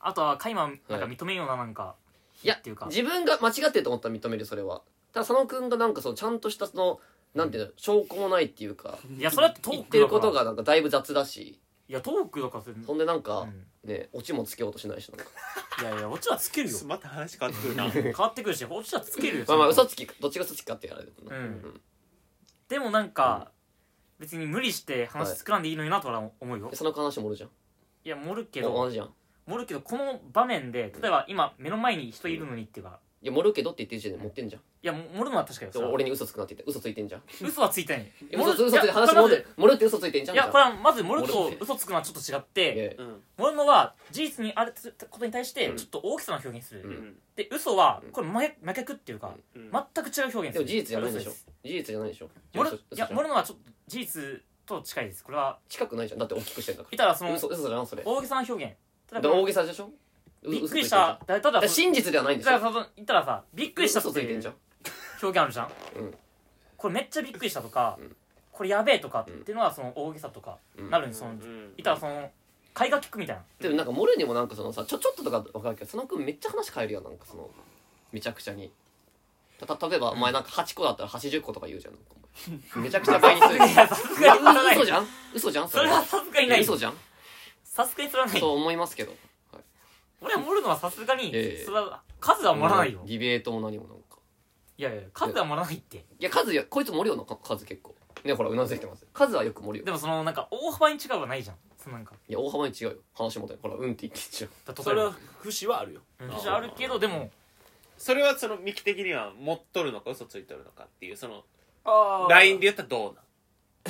[SPEAKER 2] あとは開幕なんか認めんようななんか
[SPEAKER 3] いや
[SPEAKER 2] っていうか
[SPEAKER 3] 自分が間違ってると思ったら認めるよそれはただ佐野くんがなんかそのちゃんとしたそのなんていうの証拠もないっていうか
[SPEAKER 2] いやそれはト
[SPEAKER 3] 言
[SPEAKER 2] ー
[SPEAKER 3] っ
[SPEAKER 2] ク
[SPEAKER 3] て
[SPEAKER 2] だ
[SPEAKER 3] る
[SPEAKER 2] か
[SPEAKER 3] こと
[SPEAKER 2] ら
[SPEAKER 3] がなんかだいぶ雑だし
[SPEAKER 2] いやトークだからそれ
[SPEAKER 3] そんでなん
[SPEAKER 2] う
[SPEAKER 3] か
[SPEAKER 2] ん
[SPEAKER 3] ねオチもつけようとしないしなんか
[SPEAKER 2] いやいやオチはつけるよ
[SPEAKER 4] また話変わってくるな
[SPEAKER 2] 変わってくるしオチはつけるよ
[SPEAKER 3] まあまあ
[SPEAKER 2] ち
[SPEAKER 3] 嘘
[SPEAKER 2] ゃんと
[SPEAKER 3] つきどっちが嘘つきかってやられるもんな
[SPEAKER 2] うん
[SPEAKER 3] うん
[SPEAKER 2] でもなんか別に無理して話
[SPEAKER 3] はい
[SPEAKER 2] 作らんでいいのになとは思うよ
[SPEAKER 3] でその話もおるじゃん
[SPEAKER 2] いや盛るけ
[SPEAKER 3] 同
[SPEAKER 2] ど
[SPEAKER 3] じじゃんい
[SPEAKER 2] 盛るけどこの場面で例えば今目の前に人いるのにっていうか
[SPEAKER 3] や盛るけどって言ってる時点で持ってんじゃん
[SPEAKER 2] いや、も盛るのは確かよ
[SPEAKER 3] で。俺に嘘つくなって言って嘘ついてんじゃん
[SPEAKER 2] 嘘はついてない。
[SPEAKER 3] え嘘つ嘘つい
[SPEAKER 2] い
[SPEAKER 3] て
[SPEAKER 2] や
[SPEAKER 3] 話盛
[SPEAKER 2] これ
[SPEAKER 3] る盛るって嘘ついてんじゃ
[SPEAKER 2] い
[SPEAKER 3] んじゃ
[SPEAKER 2] や、
[SPEAKER 3] ん
[SPEAKER 2] これはまず、盛る
[SPEAKER 3] 盛
[SPEAKER 2] と
[SPEAKER 3] るって
[SPEAKER 2] 嘘つくのはちょっと違って、
[SPEAKER 3] ええ
[SPEAKER 4] うん
[SPEAKER 2] 盛るのは事実にあることに対して、ちょっと大きさの表現する。
[SPEAKER 4] う
[SPEAKER 3] うん
[SPEAKER 4] ん
[SPEAKER 2] で、嘘は、これ真逆、真逆っていうか、
[SPEAKER 4] うん
[SPEAKER 2] 全く違う表現す
[SPEAKER 3] でも
[SPEAKER 2] る。
[SPEAKER 3] 事実じゃないんでしょ
[SPEAKER 2] 嘘す
[SPEAKER 3] 事実じゃないでしょ
[SPEAKER 2] 盛
[SPEAKER 3] 嘘
[SPEAKER 2] る、い
[SPEAKER 3] 嘘じゃ
[SPEAKER 2] や、
[SPEAKER 3] ん
[SPEAKER 2] 盛るのはちょっと事実と近いです。これは、
[SPEAKER 3] 近くないじゃんだって大きくしてんだか
[SPEAKER 2] いたらそ
[SPEAKER 3] ら
[SPEAKER 2] の、
[SPEAKER 3] 嘘嘘じゃんそれ
[SPEAKER 2] 大げさな表現。例
[SPEAKER 3] だ
[SPEAKER 2] え
[SPEAKER 3] から大
[SPEAKER 2] ば、
[SPEAKER 3] げさでしょう
[SPEAKER 2] びっくり
[SPEAKER 3] 嘘ついてん
[SPEAKER 2] し
[SPEAKER 3] じゃん
[SPEAKER 2] た、だた
[SPEAKER 3] だ
[SPEAKER 2] だ
[SPEAKER 3] から
[SPEAKER 2] その、
[SPEAKER 3] 真実ではないんで
[SPEAKER 2] だ
[SPEAKER 3] し
[SPEAKER 2] か
[SPEAKER 3] ょ
[SPEAKER 2] らその言ったらさ、びっくりした
[SPEAKER 3] 嘘
[SPEAKER 2] っ
[SPEAKER 3] つ
[SPEAKER 2] て
[SPEAKER 3] いて
[SPEAKER 2] い
[SPEAKER 3] ん
[SPEAKER 2] う
[SPEAKER 3] じゃん
[SPEAKER 2] 表現あるじゃん。
[SPEAKER 3] うん
[SPEAKER 2] これめっちゃびっくりしたとか、これやべえとかっていうのは、その大げさとか、なるんです、その
[SPEAKER 4] うん
[SPEAKER 2] いたらその絵画キックみたいな
[SPEAKER 3] でもなんかモルにもなんかそのさちょちょっととか分かるけど佐野くんめっちゃ話変えるよなんかそのめちゃくちゃにたた例えばお前なんか8個だったら80個とか言うじゃんなんかお前めちゃくちゃ倍にする
[SPEAKER 2] <laughs> さすがに言わない
[SPEAKER 3] 嘘じゃん嘘じゃん
[SPEAKER 2] それはさすがにない
[SPEAKER 3] 嘘じゃん
[SPEAKER 2] さすがにそれはない
[SPEAKER 3] そう思いますけど
[SPEAKER 2] 俺は盛るのはさすがに
[SPEAKER 3] ええ
[SPEAKER 2] それは数は盛らないよ
[SPEAKER 3] ディベートも何もなんか
[SPEAKER 2] いいやいや数は盛らないって
[SPEAKER 3] いやカズよこいつ盛るよなかカズ結構ねほらうなずいてますカズはよく盛る
[SPEAKER 2] で
[SPEAKER 3] よ
[SPEAKER 2] もそのなんか大幅に違うはないじゃんそのなんか
[SPEAKER 3] いや大幅に違うよ話もたよほらうんって言ってんじゃん
[SPEAKER 2] だと
[SPEAKER 1] それは節はあるよ
[SPEAKER 2] あるけどでも
[SPEAKER 4] それはそのミキ的には持っとるのか嘘ついとるのかっていうその
[SPEAKER 1] あ
[SPEAKER 4] LINE で言ったらどうな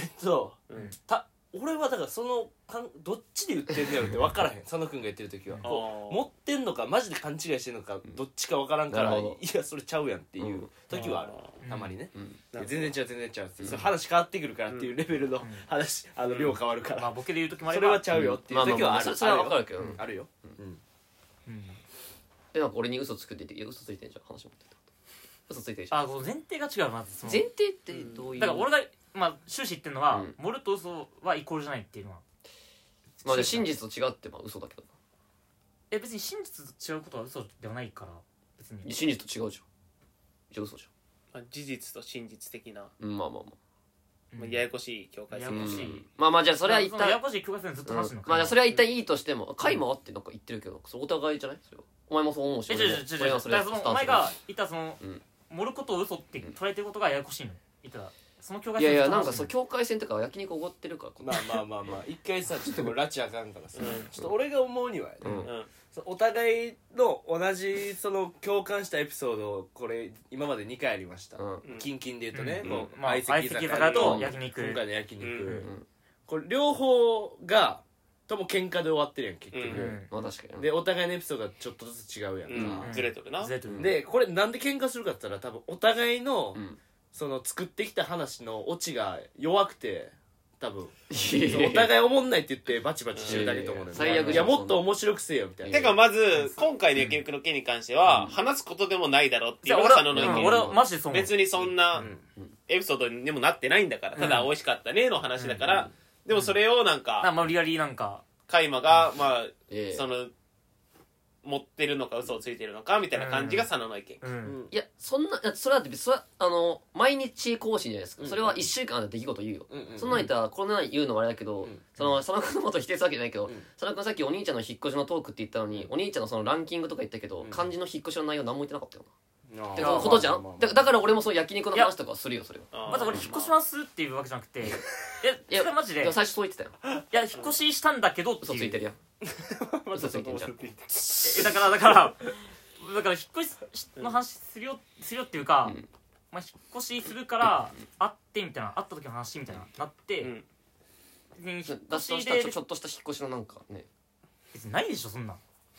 [SPEAKER 4] ん
[SPEAKER 1] そう、
[SPEAKER 4] うん
[SPEAKER 1] た俺はだからそのかんどっちで言ってんだよって分 <laughs> からへん佐野君が言ってる時は
[SPEAKER 4] あー
[SPEAKER 1] こう持ってんのかマジで勘違いしてんのかどっちか分からんから
[SPEAKER 3] ないるほど
[SPEAKER 1] やそれちゃうやんっていう時はある、
[SPEAKER 4] あ
[SPEAKER 2] ー
[SPEAKER 1] たまにね、
[SPEAKER 3] うん
[SPEAKER 1] いや全然違う全然違うって、それ話変わってくるからっていうレベルの話、あの量変わるから、
[SPEAKER 2] まあボケで言う時もあ
[SPEAKER 1] そ
[SPEAKER 2] れ
[SPEAKER 1] れは
[SPEAKER 2] ば
[SPEAKER 1] ちゃうよっていう時はある、
[SPEAKER 3] そそれは分か
[SPEAKER 1] る
[SPEAKER 3] るけど、
[SPEAKER 1] あるよ、
[SPEAKER 2] うん
[SPEAKER 3] でなんか俺に嘘つくって言って「いや嘘ついてんじゃん話もって」嘘ついてんじゃん
[SPEAKER 2] あこう前提が違うまずその
[SPEAKER 3] 前提ってどういう
[SPEAKER 2] だから俺がまあ終始言ってるのは
[SPEAKER 3] うん
[SPEAKER 2] 盛ると嘘はイコールじゃないっていうのは
[SPEAKER 3] まあでも真実と違ってまあ嘘だけど
[SPEAKER 2] え別に真実と違うことは嘘ではないから別に
[SPEAKER 3] 真実と違うじゃんじゃあ嘘じ
[SPEAKER 4] まあ事実と真実的な、
[SPEAKER 3] ゃんうんまあまあま
[SPEAKER 4] まあ、ややこしい境界
[SPEAKER 2] や
[SPEAKER 4] 線、
[SPEAKER 2] や
[SPEAKER 3] あ
[SPEAKER 2] こ
[SPEAKER 3] う
[SPEAKER 2] しい
[SPEAKER 3] んまあまあじゃあそれは一
[SPEAKER 2] まあのやや
[SPEAKER 3] 旦
[SPEAKER 2] こしい教科書にずっと
[SPEAKER 3] うん
[SPEAKER 2] 話すの
[SPEAKER 3] まあじゃあそれは一旦
[SPEAKER 2] い
[SPEAKER 3] いいとしても「回もあってなんか言ってるけどそれお互いじゃないそれはお前もそう思うし
[SPEAKER 2] え違
[SPEAKER 3] 俺
[SPEAKER 2] う違
[SPEAKER 3] も
[SPEAKER 2] う違う違
[SPEAKER 3] 俺は
[SPEAKER 2] うだ
[SPEAKER 3] そ
[SPEAKER 2] か
[SPEAKER 3] れ
[SPEAKER 2] らそのお前
[SPEAKER 3] ス
[SPEAKER 2] が
[SPEAKER 3] タンス
[SPEAKER 2] 言ったその
[SPEAKER 3] うん
[SPEAKER 2] 盛ることを嘘って捉えてることがややこしいの言ったらその教
[SPEAKER 3] だ
[SPEAKER 2] 科書
[SPEAKER 3] しいやいや
[SPEAKER 2] ずっと
[SPEAKER 3] なん
[SPEAKER 2] 話
[SPEAKER 3] か
[SPEAKER 2] す
[SPEAKER 3] そう
[SPEAKER 2] の
[SPEAKER 3] 境界線とか焼肉おごってるからこ
[SPEAKER 1] まあまあまあまあ一回さちょっとこれ拉致あかんからさ、
[SPEAKER 4] うん
[SPEAKER 1] ちょっと俺が思うにはね、
[SPEAKER 3] うん
[SPEAKER 4] うん
[SPEAKER 1] そうお互いの同じその共感したエピソードをこれ今まで2回ありました、
[SPEAKER 3] うん
[SPEAKER 4] うん
[SPEAKER 1] キンキンで言うとね、
[SPEAKER 2] うん
[SPEAKER 1] こう
[SPEAKER 2] まあ
[SPEAKER 1] 相席居酒屋
[SPEAKER 2] 相席居酒
[SPEAKER 3] 屋
[SPEAKER 1] と
[SPEAKER 3] と
[SPEAKER 2] 焼肉
[SPEAKER 1] 今回の焼肉、
[SPEAKER 4] うん
[SPEAKER 3] うん
[SPEAKER 1] これ両方がとも喧嘩で終わってるやん結局、
[SPEAKER 2] うん
[SPEAKER 3] まあ確かに
[SPEAKER 1] でお互いのエピソードがちょっとずつ違うやんか、
[SPEAKER 4] うんずれとるな
[SPEAKER 2] ずれてる
[SPEAKER 1] でこれなんで喧嘩するかって言ったら多分お互いの、
[SPEAKER 3] うん
[SPEAKER 1] その作ってきた話のオチが弱くて多分そうお
[SPEAKER 3] <laughs> いや
[SPEAKER 1] 互い思んないって言ってバチバチしてるだけと思うねん
[SPEAKER 3] いやいや最悪じゃん
[SPEAKER 1] いやもっと面白くせえよみたいな
[SPEAKER 4] てかまず今回の焼肉の件に関しては話すことでもないだろうって
[SPEAKER 2] じ
[SPEAKER 4] い
[SPEAKER 2] ゃ
[SPEAKER 4] う
[SPEAKER 2] あ
[SPEAKER 4] のが佐野の
[SPEAKER 2] 俺はう
[SPEAKER 4] 意
[SPEAKER 2] ん
[SPEAKER 4] 見
[SPEAKER 2] 俺はマジでそう思う
[SPEAKER 4] 別にそんな
[SPEAKER 1] うん
[SPEAKER 4] エピソードにもなってないんだからただ美味しかったねの話だからでもそれをなん
[SPEAKER 2] なんか
[SPEAKER 4] か
[SPEAKER 2] 無理やりなんか
[SPEAKER 4] 海馬がまあ
[SPEAKER 3] ええ
[SPEAKER 4] その持ってるのか嘘をついてるのかみたいな感じが佐野の意見
[SPEAKER 2] うん
[SPEAKER 1] うん
[SPEAKER 3] いやそんなだってそれだってそれはあの毎日更新じゃないですか、
[SPEAKER 1] うん
[SPEAKER 3] それは1週間あった出来事言うよ、
[SPEAKER 1] うんうん
[SPEAKER 3] そんなん言ったらこんなの言うのもあれだけど、
[SPEAKER 1] ん
[SPEAKER 3] その佐野君のこと否定するわけじゃないけど、
[SPEAKER 1] うん
[SPEAKER 3] 佐野君さっきお兄ちゃんの引っ越しのトークって言ったのに、お兄ちゃんのそのランキングとか言ったけど、
[SPEAKER 1] ん
[SPEAKER 3] 漢字の引っ越しの内容何も言ってなかったよ
[SPEAKER 1] あー
[SPEAKER 3] なってことじゃん、
[SPEAKER 1] まあまあまあ
[SPEAKER 3] だだから俺もそう焼肉の話とかするよそれは
[SPEAKER 4] あー
[SPEAKER 2] まず俺引っ越しますっていうわけじゃなくていや
[SPEAKER 3] い
[SPEAKER 2] それはマジでい
[SPEAKER 3] いや最初そう言ってたよ
[SPEAKER 2] や引っ越ししたんだけどって
[SPEAKER 3] 嘘つ
[SPEAKER 2] い
[SPEAKER 3] いうてるやん
[SPEAKER 1] <laughs> ま
[SPEAKER 3] 嘘ついてんじゃん
[SPEAKER 2] えだからだからだから引っ越しの話するよするよっていうか、
[SPEAKER 3] ん
[SPEAKER 2] まあ、引っ越しするから会ってみたいな会った時の話みたいななって、
[SPEAKER 4] うん
[SPEAKER 2] 別に引っ
[SPEAKER 3] だだと
[SPEAKER 2] 越
[SPEAKER 3] し
[SPEAKER 2] した
[SPEAKER 3] ら
[SPEAKER 2] で
[SPEAKER 3] ちょちょっとした引っ越しのなんかね
[SPEAKER 2] 別にないでしょそんなん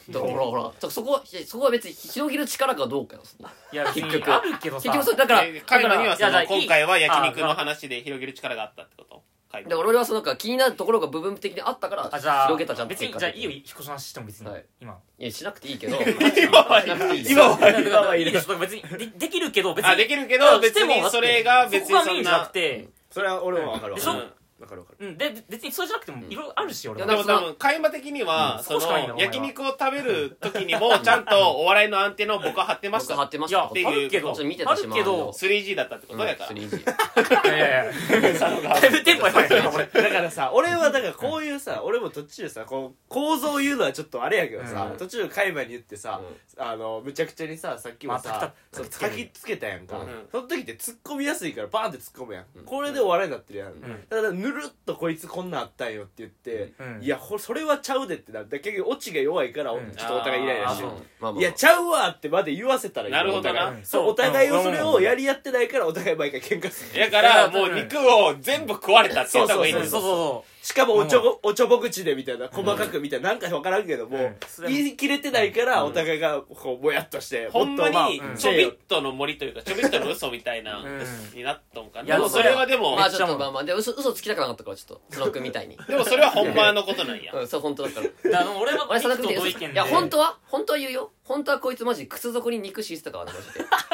[SPEAKER 3] だからほらほらだからそこはいやそこは別に広げる力がどうかよそんない
[SPEAKER 2] や別
[SPEAKER 3] 結
[SPEAKER 2] に
[SPEAKER 3] 局
[SPEAKER 2] あるけどさ
[SPEAKER 3] 結局そうだから
[SPEAKER 4] え海馬にはそ
[SPEAKER 2] だから
[SPEAKER 4] の
[SPEAKER 2] いやだ
[SPEAKER 4] 今回はい
[SPEAKER 2] い
[SPEAKER 4] 焼肉の話で広げる力があったってこと海
[SPEAKER 3] だ
[SPEAKER 4] 馬
[SPEAKER 3] から俺はそのなんか気になるところが部分的にあったから
[SPEAKER 2] あじゃあ
[SPEAKER 3] 広げたじゃん
[SPEAKER 2] 別に
[SPEAKER 3] 結
[SPEAKER 2] じ
[SPEAKER 3] 果
[SPEAKER 2] ゃあ
[SPEAKER 3] 的
[SPEAKER 2] い
[SPEAKER 3] に
[SPEAKER 2] いよ引っ越しの話しても別に、
[SPEAKER 3] はい
[SPEAKER 4] <laughs>
[SPEAKER 2] 今
[SPEAKER 3] いやしなくていいけど
[SPEAKER 4] 今はいい今はいい
[SPEAKER 2] だからいいでしょだから別にでできるけど別に
[SPEAKER 4] あできるけ
[SPEAKER 2] だか
[SPEAKER 4] ど
[SPEAKER 2] ら
[SPEAKER 4] 別
[SPEAKER 2] してもだ
[SPEAKER 4] に
[SPEAKER 2] って
[SPEAKER 4] それが別に
[SPEAKER 2] そこが
[SPEAKER 4] そ
[SPEAKER 2] メイ
[SPEAKER 4] ん
[SPEAKER 2] ンじゃな
[SPEAKER 4] な
[SPEAKER 2] くて、
[SPEAKER 1] それは俺も分かるわ
[SPEAKER 2] でしょ
[SPEAKER 1] うん分かる分かる
[SPEAKER 2] うん、で別にそれじゃなくてもいろいろあるし、俺
[SPEAKER 3] いや
[SPEAKER 2] は
[SPEAKER 3] だ
[SPEAKER 4] で
[SPEAKER 3] か
[SPEAKER 4] も
[SPEAKER 3] ら
[SPEAKER 4] 多分会話的には、
[SPEAKER 2] うん
[SPEAKER 4] そ
[SPEAKER 2] 少しかいいな
[SPEAKER 4] の
[SPEAKER 2] お前は
[SPEAKER 4] 焼肉を食べる時にもちゃんとお笑いのアンテナを僕は張ってまし
[SPEAKER 3] 僕貼
[SPEAKER 4] た
[SPEAKER 3] ってま
[SPEAKER 2] い
[SPEAKER 3] し
[SPEAKER 2] や
[SPEAKER 3] た
[SPEAKER 2] あ
[SPEAKER 4] ていう
[SPEAKER 2] るけ
[SPEAKER 3] ちょ
[SPEAKER 2] ど
[SPEAKER 3] っと見て
[SPEAKER 2] あ
[SPEAKER 3] たし
[SPEAKER 2] る
[SPEAKER 3] <laughs>
[SPEAKER 2] けど
[SPEAKER 4] 3G だったってことやから、
[SPEAKER 3] 3G
[SPEAKER 2] いやいやい
[SPEAKER 4] <laughs>
[SPEAKER 2] やだいぶテンポやばいな俺
[SPEAKER 1] だからさ俺はだからこういうさ俺も途中さこう構造を言うのはちょっとあれやけどさ、
[SPEAKER 2] うん
[SPEAKER 1] 途中海馬に言ってさ、あのむちゃくちゃにささっきも
[SPEAKER 2] ま
[SPEAKER 1] さ
[SPEAKER 2] た、
[SPEAKER 1] そう
[SPEAKER 2] たた
[SPEAKER 1] 焚きつけたやんか、
[SPEAKER 3] うん
[SPEAKER 1] その時って突っ込みやすいからバーンって突っ込むやん、これで終わりになってるやん、だからぬるっとこいつこんなんあったんよって言って、
[SPEAKER 2] うん
[SPEAKER 1] いやほそれはちゃうでってなって結局オチが弱いから、
[SPEAKER 2] うん
[SPEAKER 1] ちょっとお互いイライラしてる
[SPEAKER 2] あー
[SPEAKER 3] まあまあ
[SPEAKER 1] いやちゃうわってまで言わせたらいいよ
[SPEAKER 4] なるほど
[SPEAKER 1] お互
[SPEAKER 4] な
[SPEAKER 1] い
[SPEAKER 2] うん
[SPEAKER 1] そうお互いをそれをやり合ってないからお互い毎回喧嘩する
[SPEAKER 4] やからもう肉を全部食われたって言った方がいい
[SPEAKER 2] そ
[SPEAKER 4] ん
[SPEAKER 2] う
[SPEAKER 4] で
[SPEAKER 2] そう
[SPEAKER 4] す
[SPEAKER 2] そうそ
[SPEAKER 1] しかもおちょぼ、おちょぼ口でみたいな、細かくみたいな、なんか分からんけども、
[SPEAKER 2] うん
[SPEAKER 1] 言い切れてないから、お互いが、こう、ぼやっとして、
[SPEAKER 4] ほんま
[SPEAKER 1] もっ
[SPEAKER 4] に
[SPEAKER 1] と
[SPEAKER 2] うん
[SPEAKER 4] ちょびっとの森というかちょびっとの嘘みたいな、
[SPEAKER 2] うん
[SPEAKER 4] になっとんか
[SPEAKER 2] い
[SPEAKER 4] な
[SPEAKER 2] や
[SPEAKER 4] でもそれはでも、
[SPEAKER 3] まあちょっとまあまあで嘘嘘つきたくなかったからちょっとスロックみたいに
[SPEAKER 4] でもそれはほんまのことなんや
[SPEAKER 3] うんそう本当だから
[SPEAKER 2] うだから俺は
[SPEAKER 3] 俺
[SPEAKER 2] 俺
[SPEAKER 3] 佐
[SPEAKER 2] と
[SPEAKER 3] 々木
[SPEAKER 2] 同意
[SPEAKER 3] 見
[SPEAKER 2] 見
[SPEAKER 3] て
[SPEAKER 2] で
[SPEAKER 3] いや本当は本当は言うよ本当はこいつマジ靴底に肉敷いてたからな